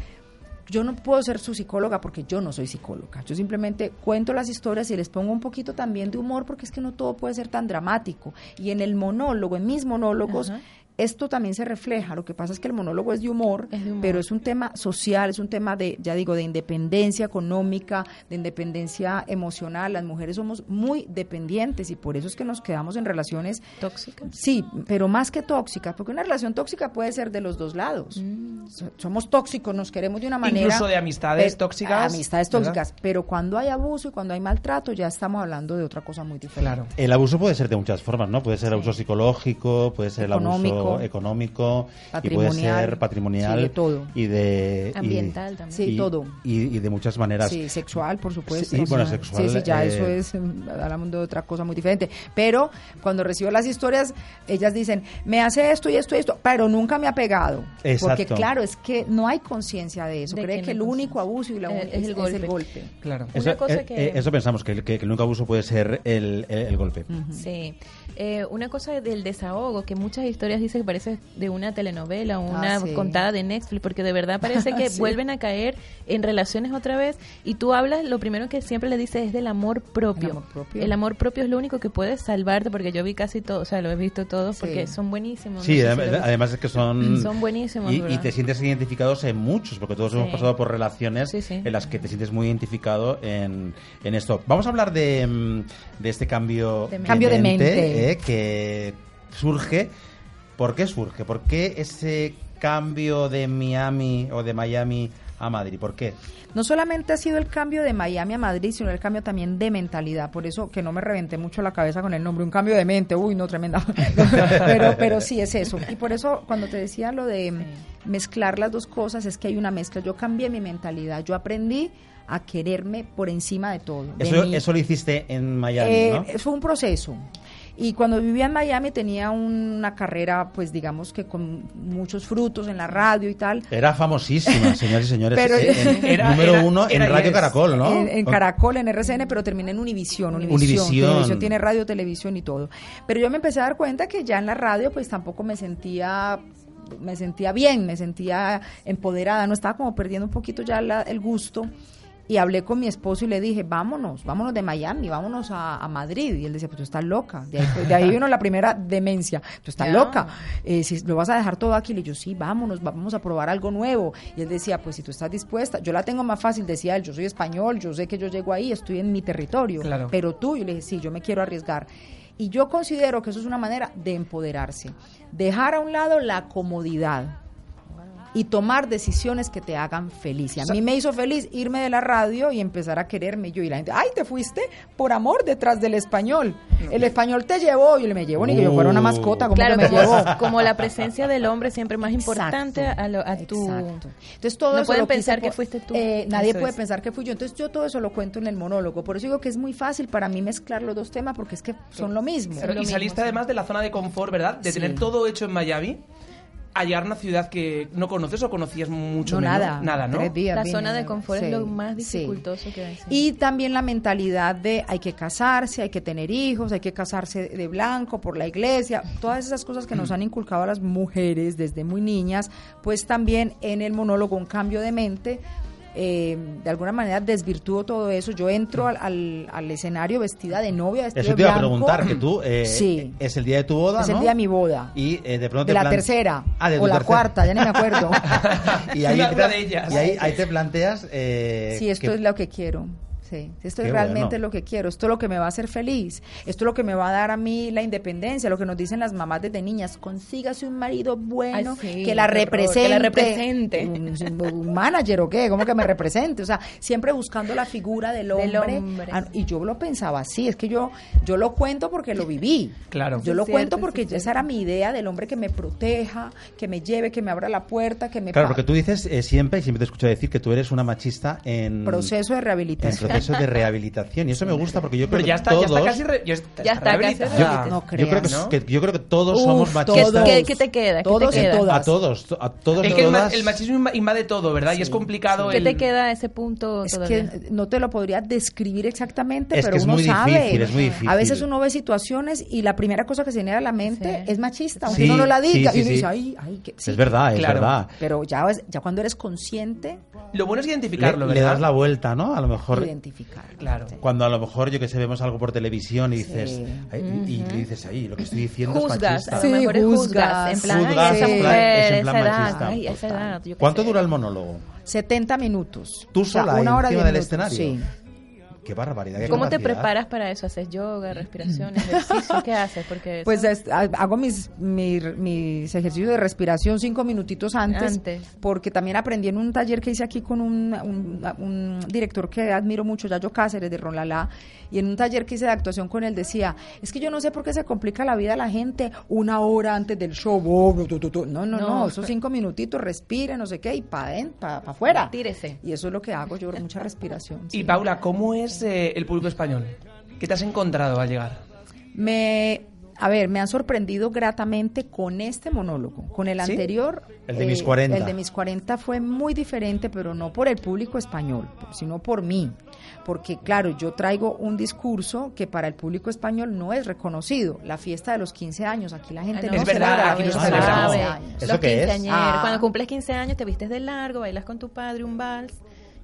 S5: yo no puedo ser su psicóloga porque yo no soy psicóloga. Yo simplemente cuento las historias y les pongo un poquito también de humor porque es que no todo puede ser tan dramático. Y en el monólogo, en mis monólogos,
S2: Ajá.
S5: esto también se refleja. Lo que pasa es que el monólogo es de humor,
S2: Es de humor.
S5: pero es un tema social, es un tema de, ya digo, de independencia económica, de independencia emocional. Las mujeres somos muy dependientes y por eso es que nos quedamos en relaciones
S2: ¿Tóxica?
S5: Sí, pero más que tóxica, porque una relación tóxica puede ser de los dos lados. So- Somos tóxicos, nos queremos de una
S4: Mm.
S5: manera.
S4: Incluso de amistades
S5: pe-
S4: tóxicas,
S5: Amistades
S4: ¿verdad?
S5: tóxicas, pero cuando hay abuso y cuando hay maltrato ya estamos hablando de otra cosa muy diferente.
S4: Claro.
S3: El abuso puede ser de muchas formas, ¿no? Puede ser abuso psicológico, puede ser el
S5: Económico.
S3: abuso económico, y puede
S5: Patrimonial.
S3: ser patrimonial.
S5: Sí, de todo.
S3: Y de, y-
S2: Ambiental también.
S5: Sí,
S3: y-
S5: todo.
S3: Y, y de muchas maneras.
S5: Sí, sexual, por supuesto.
S3: Sí, bueno, sexual,
S5: Sí, sí, ya
S3: eh,
S5: eso es, mm, hablamos de otra cosa muy diferente. Pero cuando recibo las historias, ellas dicen, me hace esto y esto y esto, pero nunca me ha pegado. Porque
S3: Exacto.
S5: claro, es que no hay conciencia de eso.
S2: De
S5: Cree
S2: que
S5: que,
S2: no
S5: el
S2: hay
S5: único abuso y la
S2: Eh,
S5: única- es, el golpe.
S4: Claro.
S2: Una
S3: Eso,
S2: cosa
S3: eh,
S2: que-
S3: eh, eso pensamos, que el, que, que el único abuso puede ser el, el- el
S5: Mm.
S3: golpe.
S2: Sí. Eh, una cosa del desahogo, que muchas historias dicen que parece de una telenovela o una
S5: Ah, sí.
S2: contada de Netflix, porque de verdad parece
S5: [LAUGHS]
S2: que
S5: Sí.
S2: vuelven a caer en relaciones otra vez y tú hablas, lo primero que siempre le dices es del amor propio.
S5: El amor propio.
S2: El amor propio es lo único que puede salvarte, porque yo vi casi todo, o sea, lo he visto todo,
S5: Sí.
S2: porque son buenísimos.
S3: Sí,
S2: no sé si
S3: adem-
S2: lo viste.
S3: además es que son...
S2: Son buenísimos,
S3: Y, y
S2: ¿verdad?
S3: te sientes identificados en muchos, porque todos hemos
S2: Sí.
S3: pasado por relaciones
S2: Sí, sí.
S3: en las que te sientes muy identificado en, en esto. Vamos a hablar de, mm, de este cambio
S2: De mente.
S5: Cambio de
S3: eh,
S5: mente.
S3: que surge. ¿Por qué surge? ¿Por qué ese cambio de Miami o de Miami a Madrid? ¿Por qué?
S5: no solamente ha sido el cambio de Miami a Madrid, sino el cambio también de mentalidad. Por eso que no me reventé mucho la cabeza con el nombre, un cambio de mente, uy, no, tremenda. [LAUGHS] pero, pero sí es eso. Y por eso cuando te decía lo de mezclar las dos cosas, es que hay una mezcla. Yo cambié mi mentalidad, yo aprendí a quererme por encima de todo. de
S3: Eso,
S5: mí.
S3: eso lo hiciste en Miami,
S5: Eh,
S3: ¿no?
S5: Fue un proceso. Y cuando vivía en Miami tenía una carrera, pues digamos que con muchos frutos en la radio y tal.
S3: Era famosísima, señores y señores.
S5: Pero-
S3: Eh, en-
S4: Era-
S3: número
S4: era-
S3: uno
S4: era
S3: en Radio
S4: yes.
S3: Caracol, ¿no?
S5: En, en Caracol, en RCN, pero terminé en Univisión. Univisión.
S3: Univisión.
S5: Televisión tiene radio, televisión y todo. Pero yo me empecé a dar cuenta que ya en la radio, pues tampoco me sentía me sentía bien, me sentía empoderada, no estaba como perdiendo un poquito ya la- el gusto. Y hablé con mi esposo y le dije, vámonos, vámonos de Miami, vámonos a, a Madrid. Y él decía, pues tú estás loca. De ahí, de ahí vino la primera demencia. Tú estás
S2: Ya.
S5: loca. Eh, si lo vas a dejar todo aquí. Le digo, sí, vámonos, vamos a probar algo nuevo. Y él decía, pues si tú estás dispuesta, yo la tengo más fácil, decía él, yo soy español, yo sé que yo llego ahí, estoy en mi territorio.
S4: Claro.
S5: Pero tú, yo le dije, sí, yo me quiero arriesgar. Y yo considero que eso es una manera de empoderarse, dejar a un lado la comodidad y tomar decisiones que te hagan feliz. Y a mí me hizo feliz irme de la radio y empezar a quererme yo. Y la gente, ay, te fuiste por amor detrás del español. El español te llevó y yo le me llevó, ni que yo fuera una
S3: Uh.
S5: mascota, como
S2: Claro,
S5: me llevó?
S2: como, como la presencia del hombre siempre más importante
S5: Exacto,
S2: a, lo- a tu...
S5: exacto. Entonces todo
S2: No
S5: eso
S2: pueden
S5: lo quise
S2: pensar
S5: por-
S2: que fuiste tú.
S5: Eh, nadie
S2: Eso
S5: puede
S2: es.
S5: pensar que fui yo. Entonces yo todo eso lo cuento en el monólogo. Por eso digo que es muy fácil para mí mezclar los dos temas porque es que son lo mismo.
S4: Claro, y saliste además de la zona de confort, ¿verdad? De tener todo hecho en Miami, a llegar a una ciudad que no conoces o conocías mucho
S5: No,
S4: menos.
S5: nada.
S4: Nada, ¿no?
S5: Tres días
S2: La
S5: vine,
S2: zona de confort es
S5: sí,
S2: lo más
S5: sí.
S2: dificultoso que hay. sí.
S5: Y también la mentalidad de hay que casarse, hay que tener hijos, hay que casarse de blanco por la iglesia, todas esas cosas que nos han inculcado a las mujeres desde muy niñas, pues también en el monólogo un cambio de mente eh, de alguna manera desvirtúo todo eso. Yo entro al, al- al escenario vestida de novia, vestida
S3: Eso
S5: de
S3: te iba a
S5: blanco.
S3: preguntar, que tú eh,
S5: Sí.
S3: es el día de tu boda,
S5: Es
S3: ¿no?
S5: el día de mi boda.
S3: Y eh, de pronto
S5: de
S3: te
S5: la
S3: plan-
S5: tercera.
S3: Ah, de tu
S5: o la
S3: tercera.
S5: cuarta, ya no me acuerdo.
S3: [LAUGHS] y ahí,
S4: Una-
S3: te
S4: una
S3: plan-
S4: de ellas.
S3: y ahí, ahí te planteas eh,
S5: Sí, esto
S3: que-
S5: es lo que quiero. Sí, esto
S3: Qué
S5: es realmente
S3: bueno.
S5: lo que quiero, esto es lo que me va a hacer feliz, esto es lo que me va a dar a mí la independencia, lo que nos dicen las mamás desde niñas, consígase un marido bueno
S2: Ay, sí,
S5: que
S2: qué
S5: la
S2: horror,
S5: represente.
S2: que la represente.
S5: Un, un manager o qué, ¿cómo que me represente? O sea, siempre buscando la figura del hombre.
S2: Del hombre.
S5: Ah, Y yo lo pensaba así, es que yo, yo lo cuento porque lo viví.
S4: Claro.
S5: Yo lo
S2: Es cierto,
S5: cuento
S2: sí,
S5: porque
S2: sí.
S5: esa era mi idea del hombre que me proteja, que me lleve, que me abra la puerta, que me
S3: Claro,
S5: pa-
S3: porque tú dices eh, siempre, y siempre te escucho decir que tú eres una machista en
S5: proceso de
S3: en
S5: rehabilitación.
S3: proceso de rehabilitación. Y eso me gusta porque yo creo
S4: Pero ya
S3: que
S4: está,
S3: todos...
S4: ya está casi. re- ya está,
S2: Ya está casi
S4: rehabilitada.
S2: rehabilitada.
S5: No
S3: yo, creo que,
S5: creas,
S4: ¿no?
S3: que- yo creo que todos
S5: Uf,
S3: somos
S5: todos.
S3: machistas. Eh,
S2: ¿Qué- qué te queda? ¿Qué
S5: Todos
S2: te
S5: y
S2: queda?
S5: todas.
S3: A todos, to- a todos
S4: Es
S3: y
S4: que el, ma-
S3: todas.
S4: el machismo inma- invade todo, ¿verdad? y es complicado
S2: ¿Qué
S4: el...
S2: te queda ese punto
S5: Es
S2: todavía?
S5: que no te lo podría describir exactamente,
S3: Es que
S5: pero
S3: es
S5: uno
S3: muy
S5: sabe.
S3: difícil, es muy difícil.
S5: A veces uno ve situaciones y la primera cosa que se viene a la mente
S2: Sí.
S5: es machista,
S3: Sí,
S5: aunque uno no la
S3: sí,
S5: diga.
S3: sí,
S5: y uno
S3: sí.
S5: dice, ay, ay, que sí".
S3: Es verdad, es
S4: Claro.
S3: verdad.
S5: Pero ya, es- ya cuando eres consciente,
S4: Lo bueno es
S3: Le,
S4: identificarlo,
S3: le
S4: ¿verdad?
S3: das la vuelta, ¿no? A lo mejor...
S5: identificar.
S4: Claro.
S3: Cuando a lo mejor, yo que sé, vemos algo por televisión y dices...
S5: Sí.
S3: ay, y- Y le dices ahí, lo que estoy diciendo es
S2: Juzgas, a
S3: machista.
S2: lo
S5: Sí,
S2: mejor es juzgas.
S5: juzgas.
S2: En plan,
S3: Juzgas,
S2: ay, esa
S5: sí.
S2: mujer,
S3: es en plan
S2: esa edad,
S3: machista,
S2: ay, esa
S5: total.
S2: edad. yo qué
S3: ¿Cuánto
S2: sé.
S3: dura el monólogo?
S5: 70 minutos.
S3: Tú
S5: O sea,
S3: sola ahí
S5: una hora
S3: encima
S5: diez
S3: del
S5: minutos,
S3: escenario.
S5: sí.
S3: Qué barbaridad. qué
S2: ¿Cómo te
S3: capacidad.
S2: preparas para eso? ¿Haces
S3: Mm.
S2: yoga,
S3: [LAUGHS]
S2: respiración, ejercicio? ¿Qué haces? Porque
S5: Pues
S2: eso-
S5: es- ha- hago mis, mi- mis ejercicios de respiración cinco minutitos antes,
S2: Antes.
S5: porque también aprendí en un taller que hice aquí con un, un- un director que admiro mucho, Yayo Cáceres de Ronlalá, y en un taller que hice de actuación con él decía, es que yo no sé por qué se complica la vida a la gente una hora antes del show, oh, tu, tu, tu". no, no, no,
S2: No,
S5: esos cinco minutitos, respire, no sé qué, y para pa, pa afuera.
S2: Tírese.
S5: Y eso es lo que hago yo, mucha respiración. sí.
S4: Y Paula, ¿cómo es eh, el público español? ¿Qué te has encontrado al llegar?
S5: Me, a ver, me han sorprendido gratamente con este monólogo. Con el
S4: ¿Sí?
S5: anterior.
S3: El de mis 40.
S5: El de mis 40 fue muy diferente, pero no por el público español, sino por mí. Porque, claro, yo traigo un discurso que para el público español no es reconocido. La fiesta de los 15 años. Aquí la gente
S2: Ah,
S5: no
S4: Es verdad,
S5: celebra la
S4: aquí no
S5: fiesta de los
S4: celebramos.
S5: 15
S2: sabe.
S5: años.
S3: ¿Eso
S2: Los
S3: qué es?
S2: quinceañeros.
S5: Ah.
S2: Cuando cumples 15 años te vistes de largo, bailas con tu padre un vals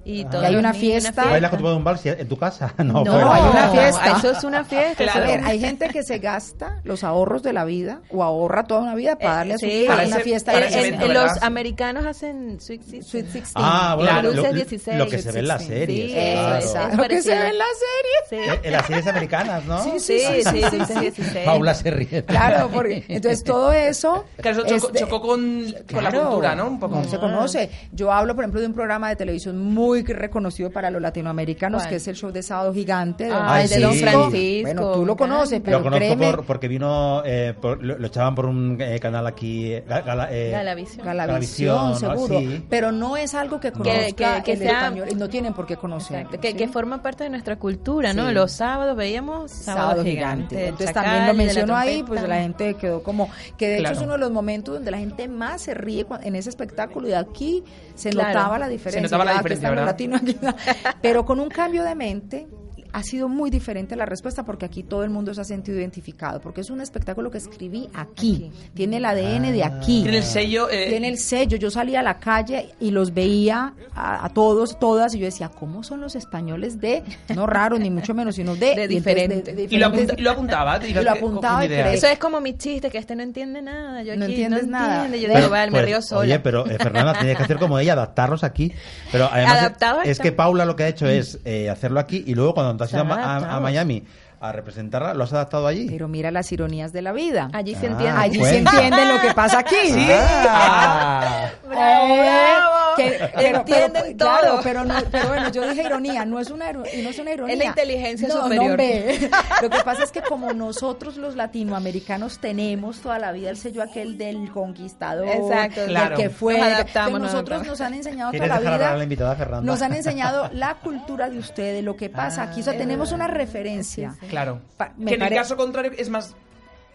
S2: y
S3: Ah.
S2: todo.
S5: Y hay una fiesta.
S3: ¿Bailas con tu padre un vals en tu casa? [LAUGHS] No,
S2: No,
S3: fuera.
S5: hay [LAUGHS] una fiesta.
S2: Eso es una fiesta.
S5: A
S4: Claro.
S5: ver, hay gente que se gasta los ahorros de la vida o ahorra toda una vida para darle a su
S2: Eh, Sí,
S5: hija
S4: para
S5: una
S4: ese-
S5: fiesta
S4: para
S5: de
S2: En-
S4: ese
S2: en-
S4: evento,
S2: en
S4: ¿verdad?
S2: los americanos hacen Sweet Sixteen.
S5: Sweet 16.
S3: Ah, bueno,
S4: Claro.
S3: lo- lo,
S2: Dulces
S3: lo
S2: 16,
S3: que se ve en las
S5: 16.
S3: series.
S2: Sí,
S3: claro.
S2: eso
S5: Exacto.
S2: es
S5: Lo que se
S2: parecido.
S5: ve en la serie.
S2: Sí.
S3: Eh, En las series americanas, ¿no?
S2: Sí, sí, Ah, sí, dulces 16.
S3: Paula se ríe. [LAUGHS]
S5: Claro,
S2: [LAUGHS]
S5: porque entonces todo eso
S4: Claro, eso chocó,
S5: este,
S4: chocó con, con la
S5: claro,
S4: cultura, ¿no? Un poco.
S5: no se conoce. Yo hablo, por ejemplo, de un programa de televisión muy reconocido para los latinoamericanos,
S2: ¿Cuál?
S5: que es el show de sábado gigante. de
S2: Ah,
S3: el de Don
S2: Francisco.
S5: Bueno, tú lo conoces, pero
S3: Lo conozco
S5: créeme,
S3: por- porque vino, eh, por- lo, lo echaban por un eh, canal aquí. eh, ga- gala- eh,
S2: Galavisión.
S5: Galavisión,
S3: Galavisión, ¿no?
S5: seguro.
S3: Sí.
S5: Pero no es algo que conozca
S2: que- que
S5: el
S2: sea-
S5: español y no tienen por qué conocerlo.
S2: Exacto, que,
S5: ¿sí?
S2: que forma parte de nuestra cultura, ¿no?
S5: Sí.
S2: Los sábados veíamos Sábado,
S5: Sábado
S2: Gigante.
S5: gigante.
S2: del
S5: Entonces
S2: Chacal,
S5: también lo
S2: de la
S5: menciono ahí,
S2: Trompeta.
S5: pues la gente quedó como que de
S4: Claro.
S5: hecho es uno de los momentos donde la gente más se ríe cua- en ese espectáculo y aquí se
S2: Claro.
S5: notaba la diferencia.
S4: notaba la
S5: Aquí
S4: diferencia,
S5: estamos
S4: ¿verdad?
S5: latinos, aquí [LAUGHS] está. Pero con un cambio de mente ha sido muy diferente la respuesta porque aquí todo el mundo se ha sentido identificado porque es un espectáculo que escribí aquí, tiene el ADN de aquí.
S4: Tiene el sello... eh,
S5: Tiene el sello. Yo salía a la calle y los veía a, a todos, todas, y yo decía, ¿cómo son los españoles de, no raro, ni mucho menos, sino de,
S2: De
S5: y entonces
S2: diferente.
S4: y lo, apunta-
S5: diferentes-
S4: y lo apuntaba.
S5: Y [LAUGHS] lo apuntaba y creía.
S2: Eso es como mi chiste, que este no entiende nada. Yo aquí
S5: No entiendes nada.
S2: entiende. Yo
S3: Pero,
S2: digo, vale, me
S3: pues,
S2: río sola.
S3: Oye, pero eh, Fernanda, tienes que hacer como ella, adaptarlos aquí. Pero además
S2: Adaptados
S3: es, es
S2: están.
S3: que Paula lo que ha
S5: Mm.
S3: hecho es eh, hacerlo aquí y luego cuando te has ido a,
S2: Están
S3: Ma- a- a
S2: adaptados.
S3: Miami a representarla, ¿lo has adaptado allí?
S5: Pero mira las ironías de la vida.
S2: Allí se
S3: Ah,
S2: entiende.
S5: Allí
S3: bueno.
S5: se entiende lo que pasa aquí.
S3: Ah.
S2: Bravo,
S5: Eh,
S2: bravo. [LAUGHS]
S5: que- pero-
S2: Entienden
S5: pero- claro,
S2: todo.
S5: pero, no, pero bueno, yo dije ironía, no es una, ero- no es una ironía.
S2: Es la inteligencia
S5: No, no,
S2: superior. [LAUGHS]
S5: hombre. Lo que pasa es que como nosotros los latinoamericanos tenemos toda la vida el sello aquel del conquistador,
S2: Exacto,
S5: del
S4: Claro.
S5: que fue,
S2: nos adaptamos,
S5: que
S2: nos
S5: nosotros
S2: adaptamos.
S5: nos han enseñado toda
S3: ¿Quieres
S5: la
S3: dejar hablar
S5: vida.
S3: a la invitada Fernanda?
S5: Nos han enseñado la cultura de ustedes, lo que pasa aquí, o sea, tenemos una referencia.
S4: Claro.
S5: Pa- me
S4: que en
S5: pare-
S4: el caso contrario es más...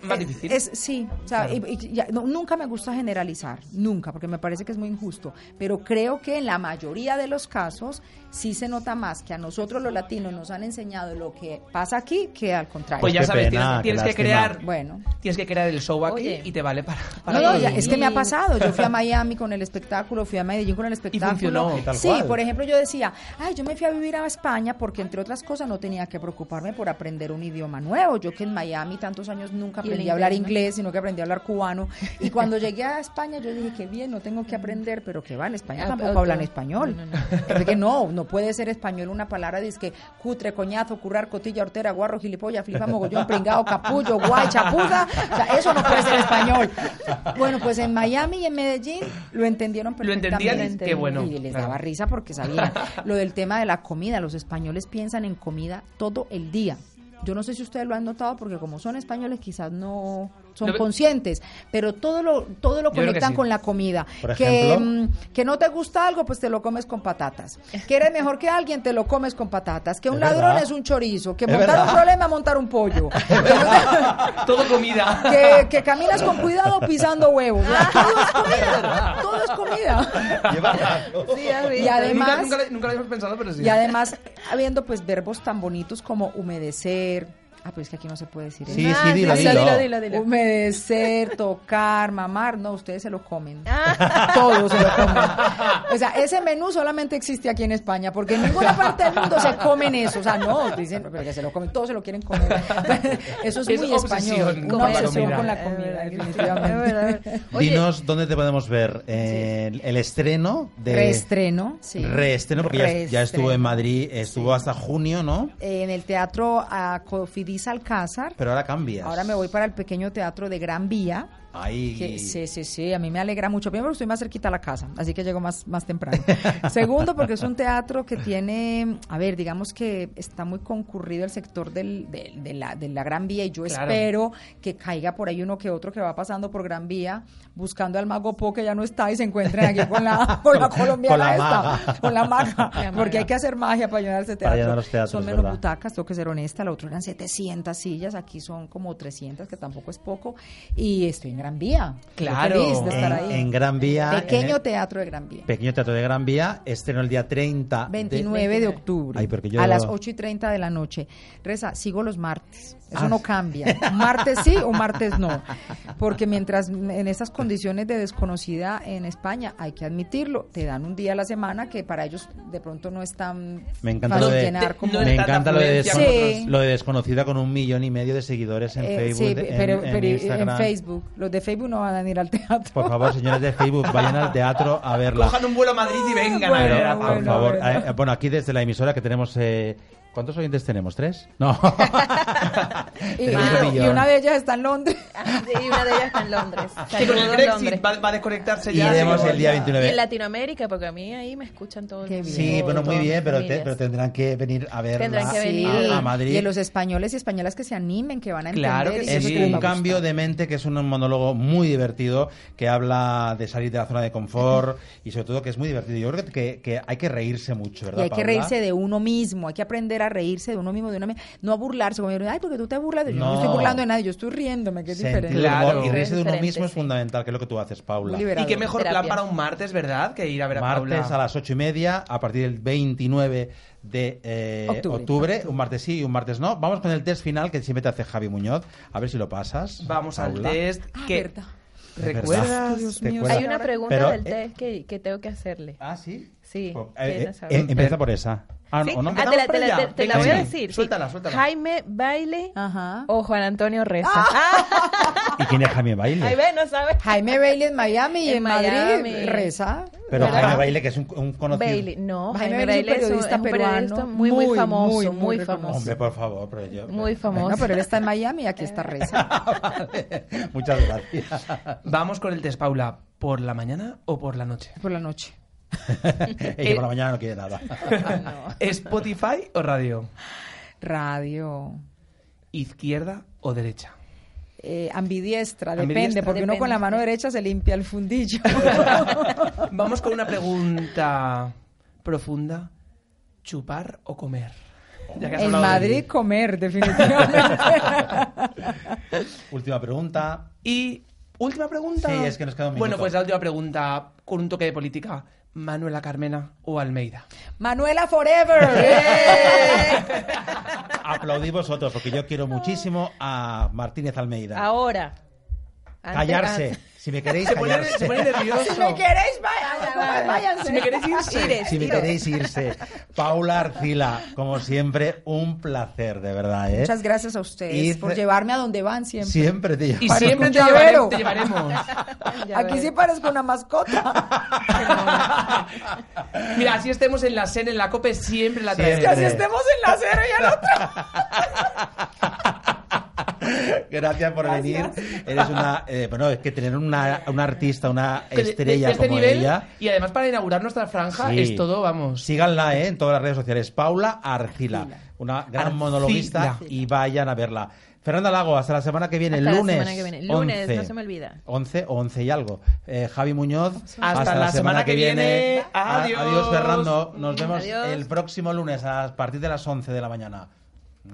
S4: más difícil.
S5: Eh, Es, sí, o sea, y- y ya- no, nunca me gusta generalizar, nunca, porque me parece que es muy injusto, pero creo que en la mayoría de los casos sí se nota más que a nosotros los latinos nos han enseñado lo que pasa aquí que al contrario.
S4: Pues ya
S3: qué
S4: sabes,
S3: pena, qué
S4: tienes, tienes que
S3: lástima.
S4: crear.
S5: Bueno.
S4: Tienes que crear el show aquí
S2: Oye.
S4: y te vale para. para
S5: No, no,
S4: todo.
S5: ya- es que me ha
S2: Sí.
S5: pasado.
S4: [LAUGHS]
S5: Yo fui a Miami con el espectáculo, fui a Medellín con el espectáculo.
S4: funcionó. Y
S3: tal
S5: sí,
S3: cual.
S5: por ejemplo, yo decía, ay, yo me fui a vivir a España porque, entre otras cosas, no tenía que preocuparme por aprender un idioma nuevo. Yo que en Miami tantos años nunca
S2: Y el
S5: aprendí a hablar
S2: inglés, ¿no?
S5: inglés, sino que aprendí a hablar cubano.
S4: [LAUGHS]
S5: Y cuando llegué a España, yo dije, qué bien, no tengo que aprender, pero que va, en España
S2: Ah,
S5: tampoco
S2: pero-
S5: hablan español.
S2: No, no, no.
S5: [LAUGHS] Es Porque no, no puede ser español una palabra que cutre, coñazo, currar, cotilla, hortera, guarro, gilipollas, flipa, mogollón, pringao, capullo, guay, chapuza. O sea, eso no puede ser español. Bueno, pues en Miami y en Medellín lo entendieron
S4: Lo entendían,
S5: perfectamente.
S4: qué bueno,
S5: Y les
S4: claro.
S5: daba risa porque sabían. Lo del tema de la comida, los españoles piensan en comida todo el día. Yo no sé si ustedes lo han notado porque como son españoles quizás no son
S4: No, pero-
S5: conscientes, pero todo lo todo lo
S4: Yo creo que
S5: conectan
S4: sí.
S5: con la comida.
S3: Por
S5: que,
S3: ejemplo.
S5: mm, que no te gusta algo, pues te lo comes con patatas. Que eres mejor que alguien, te lo comes con patatas. Que un
S3: Es
S5: ladrón
S3: verdad.
S5: es un chorizo. Que
S3: Es
S5: montar
S3: verdad.
S5: un problema, montar
S3: [LAUGHS]
S5: un pollo. Que, no
S4: [LAUGHS] Todo
S5: te-
S4: comida.
S5: que- que caminas con cuidado pisando huevos. [LAUGHS] Todo es
S3: [LAUGHS]
S5: comida. Todo es comida.
S3: Lleva razón.
S2: Sí, has
S5: Y
S2: visto.
S4: nunca,
S5: además-
S4: nunca, lo- nunca lo habíamos pensado, pero sí.
S5: Y además, habiendo pues verbos tan bonitos como humedecer. Ah, pero es que aquí no se puede decir eso.
S3: Sí, sí, dilo,
S2: Ah,
S3: dilo.
S2: dilo, dilo.
S5: Humedecer, tocar, mamar. No, ustedes se lo comen.
S2: Ah,
S5: [LAUGHS]
S2: [LAUGHS]
S5: Todos se lo comen. O sea, ese menú solamente existe aquí en España, porque en ninguna parte del mundo se comen eso. O sea, no, dicen, pero que se lo comen, todos se lo
S4: [LAUGHS]
S5: quieren comer. Eso es,
S4: Es
S5: muy
S4: obsesión
S5: español.
S4: con
S5: Una
S4: la
S5: obsesión
S4: comida.
S5: con la
S2: Eh, [LAUGHS]
S5: comida, definitivamente.
S2: Oye,
S3: Dinos dónde te podemos ver eh, el, el estreno de
S5: Reestreno, sí.
S3: Reestreno, porque ya- Ya,
S5: Reestreno.
S3: estuvo en Madrid, estuvo hasta junio, ¿no?
S5: En el teatro a Cofidis Alcázar.
S3: Pero ahora cambias.
S5: Ahora me voy para el pequeño teatro de Gran Vía.
S3: Ahí.
S5: Que- sí, sí, sí, a mí me alegra mucho. Primero, porque estoy más cerquita a la casa, así que llego más, más temprano. [LAUGHS] Segundo, porque es un teatro que tiene, a ver, digamos que está muy concurrido el sector del, del- de, la, de la Gran Vía y yo
S4: Claro.
S5: espero que caiga por ahí uno que otro que va pasando por Gran Vía buscando al mago Po que ya no está y se encuentren aquí con la, [LAUGHS] con la colombiana
S3: Con la
S5: esta,
S3: maga.
S5: con la maga, porque hay que hacer magia para llenar ese teatro.
S3: Para llenar los teatros,
S5: Son
S3: es
S5: menos
S3: verdad.
S5: butacas, tengo que ser honesta, la otra eran 700 sillas, aquí son como 300, que tampoco es poco, y estoy en Gran Vía. Yo
S4: Claro.
S5: feliz de
S3: en,
S5: estar ahí.
S3: en Gran Vía. en
S5: Pequeño
S3: el-
S5: Teatro de Gran Vía.
S3: Pequeño Teatro de Gran Vía, estreno el día 30. Ah, de-
S5: 29 de octubre
S3: Ay, porque yo-
S5: a las 8 y 30 de la noche. Reza, sigo los martes. Eso
S3: Ah.
S5: no
S3: [LAUGHS]
S5: cambia. Un Martes sí o martes no. Porque mientras en esas condiciones de desconocida en España, hay que admitirlo, te dan un día a la semana que para ellos de pronto no es tan
S3: Me encanta
S5: fácil
S3: lo de-
S5: llenar como...
S4: No es
S3: me
S4: tanta
S3: encanta lo de,
S4: afluencia
S5: como
S3: descono-
S5: otros.
S3: lo de desconocida con un millón y medio de seguidores en
S5: Eh,
S3: Facebook.
S5: sí,
S3: en-
S5: pero,
S3: en
S5: pero en,
S3: Instagram.
S5: Facebook. Los de Facebook no van a ir al teatro.
S3: Por favor, señores de Facebook, vayan al teatro a verla.
S4: Cojan un vuelo a Madrid y vengan a
S5: Ah, Bueno,
S4: ver a
S3: Pero,
S4: Pablo.
S3: por
S5: bueno,
S3: favor,
S5: bueno.
S3: eh, bueno, aquí desde la emisora que tenemos... eh, ¿Cuántos oyentes tenemos? ¿Tres? No.
S5: [LAUGHS] Y,
S3: Tenemos
S5: y-
S3: un
S5: y
S3: millón.
S5: una de ellas está en Londres.
S2: Ah, sí, una de ellas está en Londres.
S4: Que con
S2: Saludos,
S4: el Brexit
S2: Londres.
S4: va, va a desconectarse
S3: Y
S4: ya.
S3: iremos
S4: sí,
S3: el día
S2: Y
S4: ya.
S3: 29.
S2: en Latinoamérica, porque a mí ahí me escuchan todos.
S5: Qué bien.
S3: Sí, bueno, muy bien, pero, te- pero
S2: te
S3: tendrán que venir a verla
S2: Tendrán que
S3: a-
S2: venir.
S3: a, Madrid.
S5: Ah, Y a los españoles y españolas que se animen, que van a entender.
S4: Claro
S5: y
S4: que
S3: es
S5: eso
S4: sí.
S5: les va
S3: un
S5: a
S3: cambio de mente que es un monólogo muy divertido que habla de salir de la zona de confort y sobre todo que es muy divertido. Yo creo que, que- que hay que reírse mucho, ¿verdad?
S5: Y hay que
S3: Paula?
S5: reírse de uno mismo, hay que aprender a reírse de uno mismo, de uno mismo, no a burlarse, como ay, porque tú te burlas, de-". yo no, me
S3: No.
S5: estoy burlando de nadie, yo estoy riéndome, que es
S3: Sentido
S5: diferente.
S3: del humor
S4: Claro.
S3: y reírse de uno
S2: Diferente,
S3: mismo es
S2: sí.
S3: fundamental, que es lo que tú haces, Paula.
S5: Muy liberador.
S4: Y qué mejor plan
S2: Terapia.
S4: para un martes, ¿verdad? Que ir a ver a Paula.
S3: Martes a las ocho y media, a partir del 29 de eh,
S5: Octubre.
S3: octubre, un martes sí y un martes no. Vamos con el test final que siempre te hace Javi Muñoz, a ver si lo pasas.
S4: Vamos
S3: Paula.
S4: al test.
S5: Ah,
S4: que
S5: verdad.
S3: Es
S4: ¿Recuerdas?
S3: verdad. ¿Te acuerdas?
S2: Hay una pregunta
S3: Pero,
S2: del
S3: eh,
S2: test que, que tengo que hacerle.
S3: Ah, sí.
S2: Sí,
S3: Pues,
S2: que
S3: eh,
S2: no
S3: eh,
S2: sabemos.
S3: eh, empieza por esa. Ah,
S2: ¿Sí?
S3: ¿o
S5: [LAUGHS]
S3: no?
S2: Ah, te la,
S4: Vamos
S2: te la-
S4: para
S2: te-
S4: allá.
S2: te la voy a
S3: Venga.
S2: decir. sí.
S4: Suéltala, suéltala.
S2: Jaime Baile
S5: Ajá.
S2: o Juan Antonio Reza. Ah,
S3: ¿Y quién es Jaime Baile?
S2: ahí ve, no sabes.
S5: Jaime Bailey en Miami y en,
S2: En
S5: Madrid
S2: Miami.
S5: reza.
S3: Pero
S2: ¿Verdad?
S3: Jaime Baile, que es un, un conocido.
S2: Baile, no,
S5: Jaime
S2: Jaime,
S5: Baile es un
S2: Baile es un
S5: periodista
S2: es un periodista
S5: peruano
S2: muy, muy
S5: muy,
S2: famoso,
S5: muy,
S2: muy,
S5: muy
S2: famoso.
S3: Hombre, por favor, pero yo.
S2: Muy famoso.
S5: No, pero él está en Miami y aquí está reza.
S3: Vale, [LAUGHS] Muchas gracias.
S2: [LAUGHS]
S4: Vamos con el test, Paula. ¿Por la mañana o por la noche?
S5: Por la noche.
S3: Eh, que por la mañana no quiere nada. [LAUGHS]
S4: ¿Spotify o radio?
S5: Radio.
S4: ¿Izquierda o derecha?
S5: Eh, ambidiestra,
S4: Ambidiestra.
S5: depende, porque uno con la
S2: Depende,
S5: mano
S2: sí.
S5: derecha se limpia el fundillo.
S4: [LAUGHS] Vamos con una pregunta profunda. ¿Chupar o comer? [LAUGHS] Ya que has
S5: En
S4: hablado de
S5: Madrid
S4: mí.
S5: comer,
S4: [LAUGHS]
S5: definitivamente.
S3: Última pregunta.
S4: Y última pregunta.
S3: Sí, es que nos queda un
S4: Bueno,
S3: minuto.
S4: pues la última pregunta, con un toque de política. ¿Manuela Carmena o Almeida? [LAUGHS]
S5: Manuela ¡Eh! Forever.
S3: Aplaudid vosotros, porque yo quiero muchísimo a Martínez Almeida.
S2: Ahora. Antes-
S3: Callarse. Si me queréis,
S4: Se pone,
S3: callarse.
S4: se pone nervioso.
S5: [LAUGHS] si me queréis, vayan, váyanse.
S4: Si me queréis irse.
S2: Ires,
S3: Si me
S2: Ires.
S3: queréis irse. Paula Arcila, como siempre, un placer, de verdad, ¿eh?
S5: Muchas gracias a
S3: Y-
S5: ustedes por llevarme a donde van siempre.
S3: Siempre te
S4: Y
S3: llevo.
S5: Para
S4: siempre te,
S5: escuchar
S4: llevare-
S5: Vero.
S4: te llevaremos.
S2: Ya
S5: Aquí
S2: ves.
S5: sí parezco una
S4: [LAUGHS]
S5: mascota.
S2: [LAUGHS]
S4: Mira, así estemos en la cena, en la COPE, siempre la
S3: Siempre.
S4: traemos.
S5: que así estemos en la cero y al otro.
S3: Gracias por venir. Eres una. eh, bueno, es que tener una, una artista, una
S4: De- de-
S3: estrella
S4: de este
S3: como
S4: nivel,
S3: ella.
S4: Y además para inaugurar nuestra franja
S3: Sí.
S4: es todo, vamos.
S3: Síganla ¿eh? en todas las redes sociales. Paula Arcila, una gran
S4: Arcila.
S3: monologuista, y vayan a verla. Fernanda Lago, hasta la semana que viene,
S2: Hasta la
S3: lunes.
S2: semana que viene. Lunes, no se me olvida.
S3: 11 o 11 y algo. Eh, Javi Muñoz, hasta,
S4: la semana que viene.
S3: A-
S4: Adiós.
S3: Adiós, Fernando. Nos vemos
S2: Adiós.
S3: el próximo lunes a partir de las 11 de la mañana.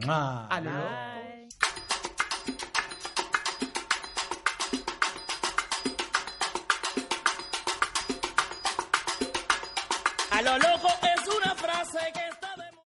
S3: ¡Mua!
S4: Aló.
S2: Bye.
S1: A lo loco es una frase que...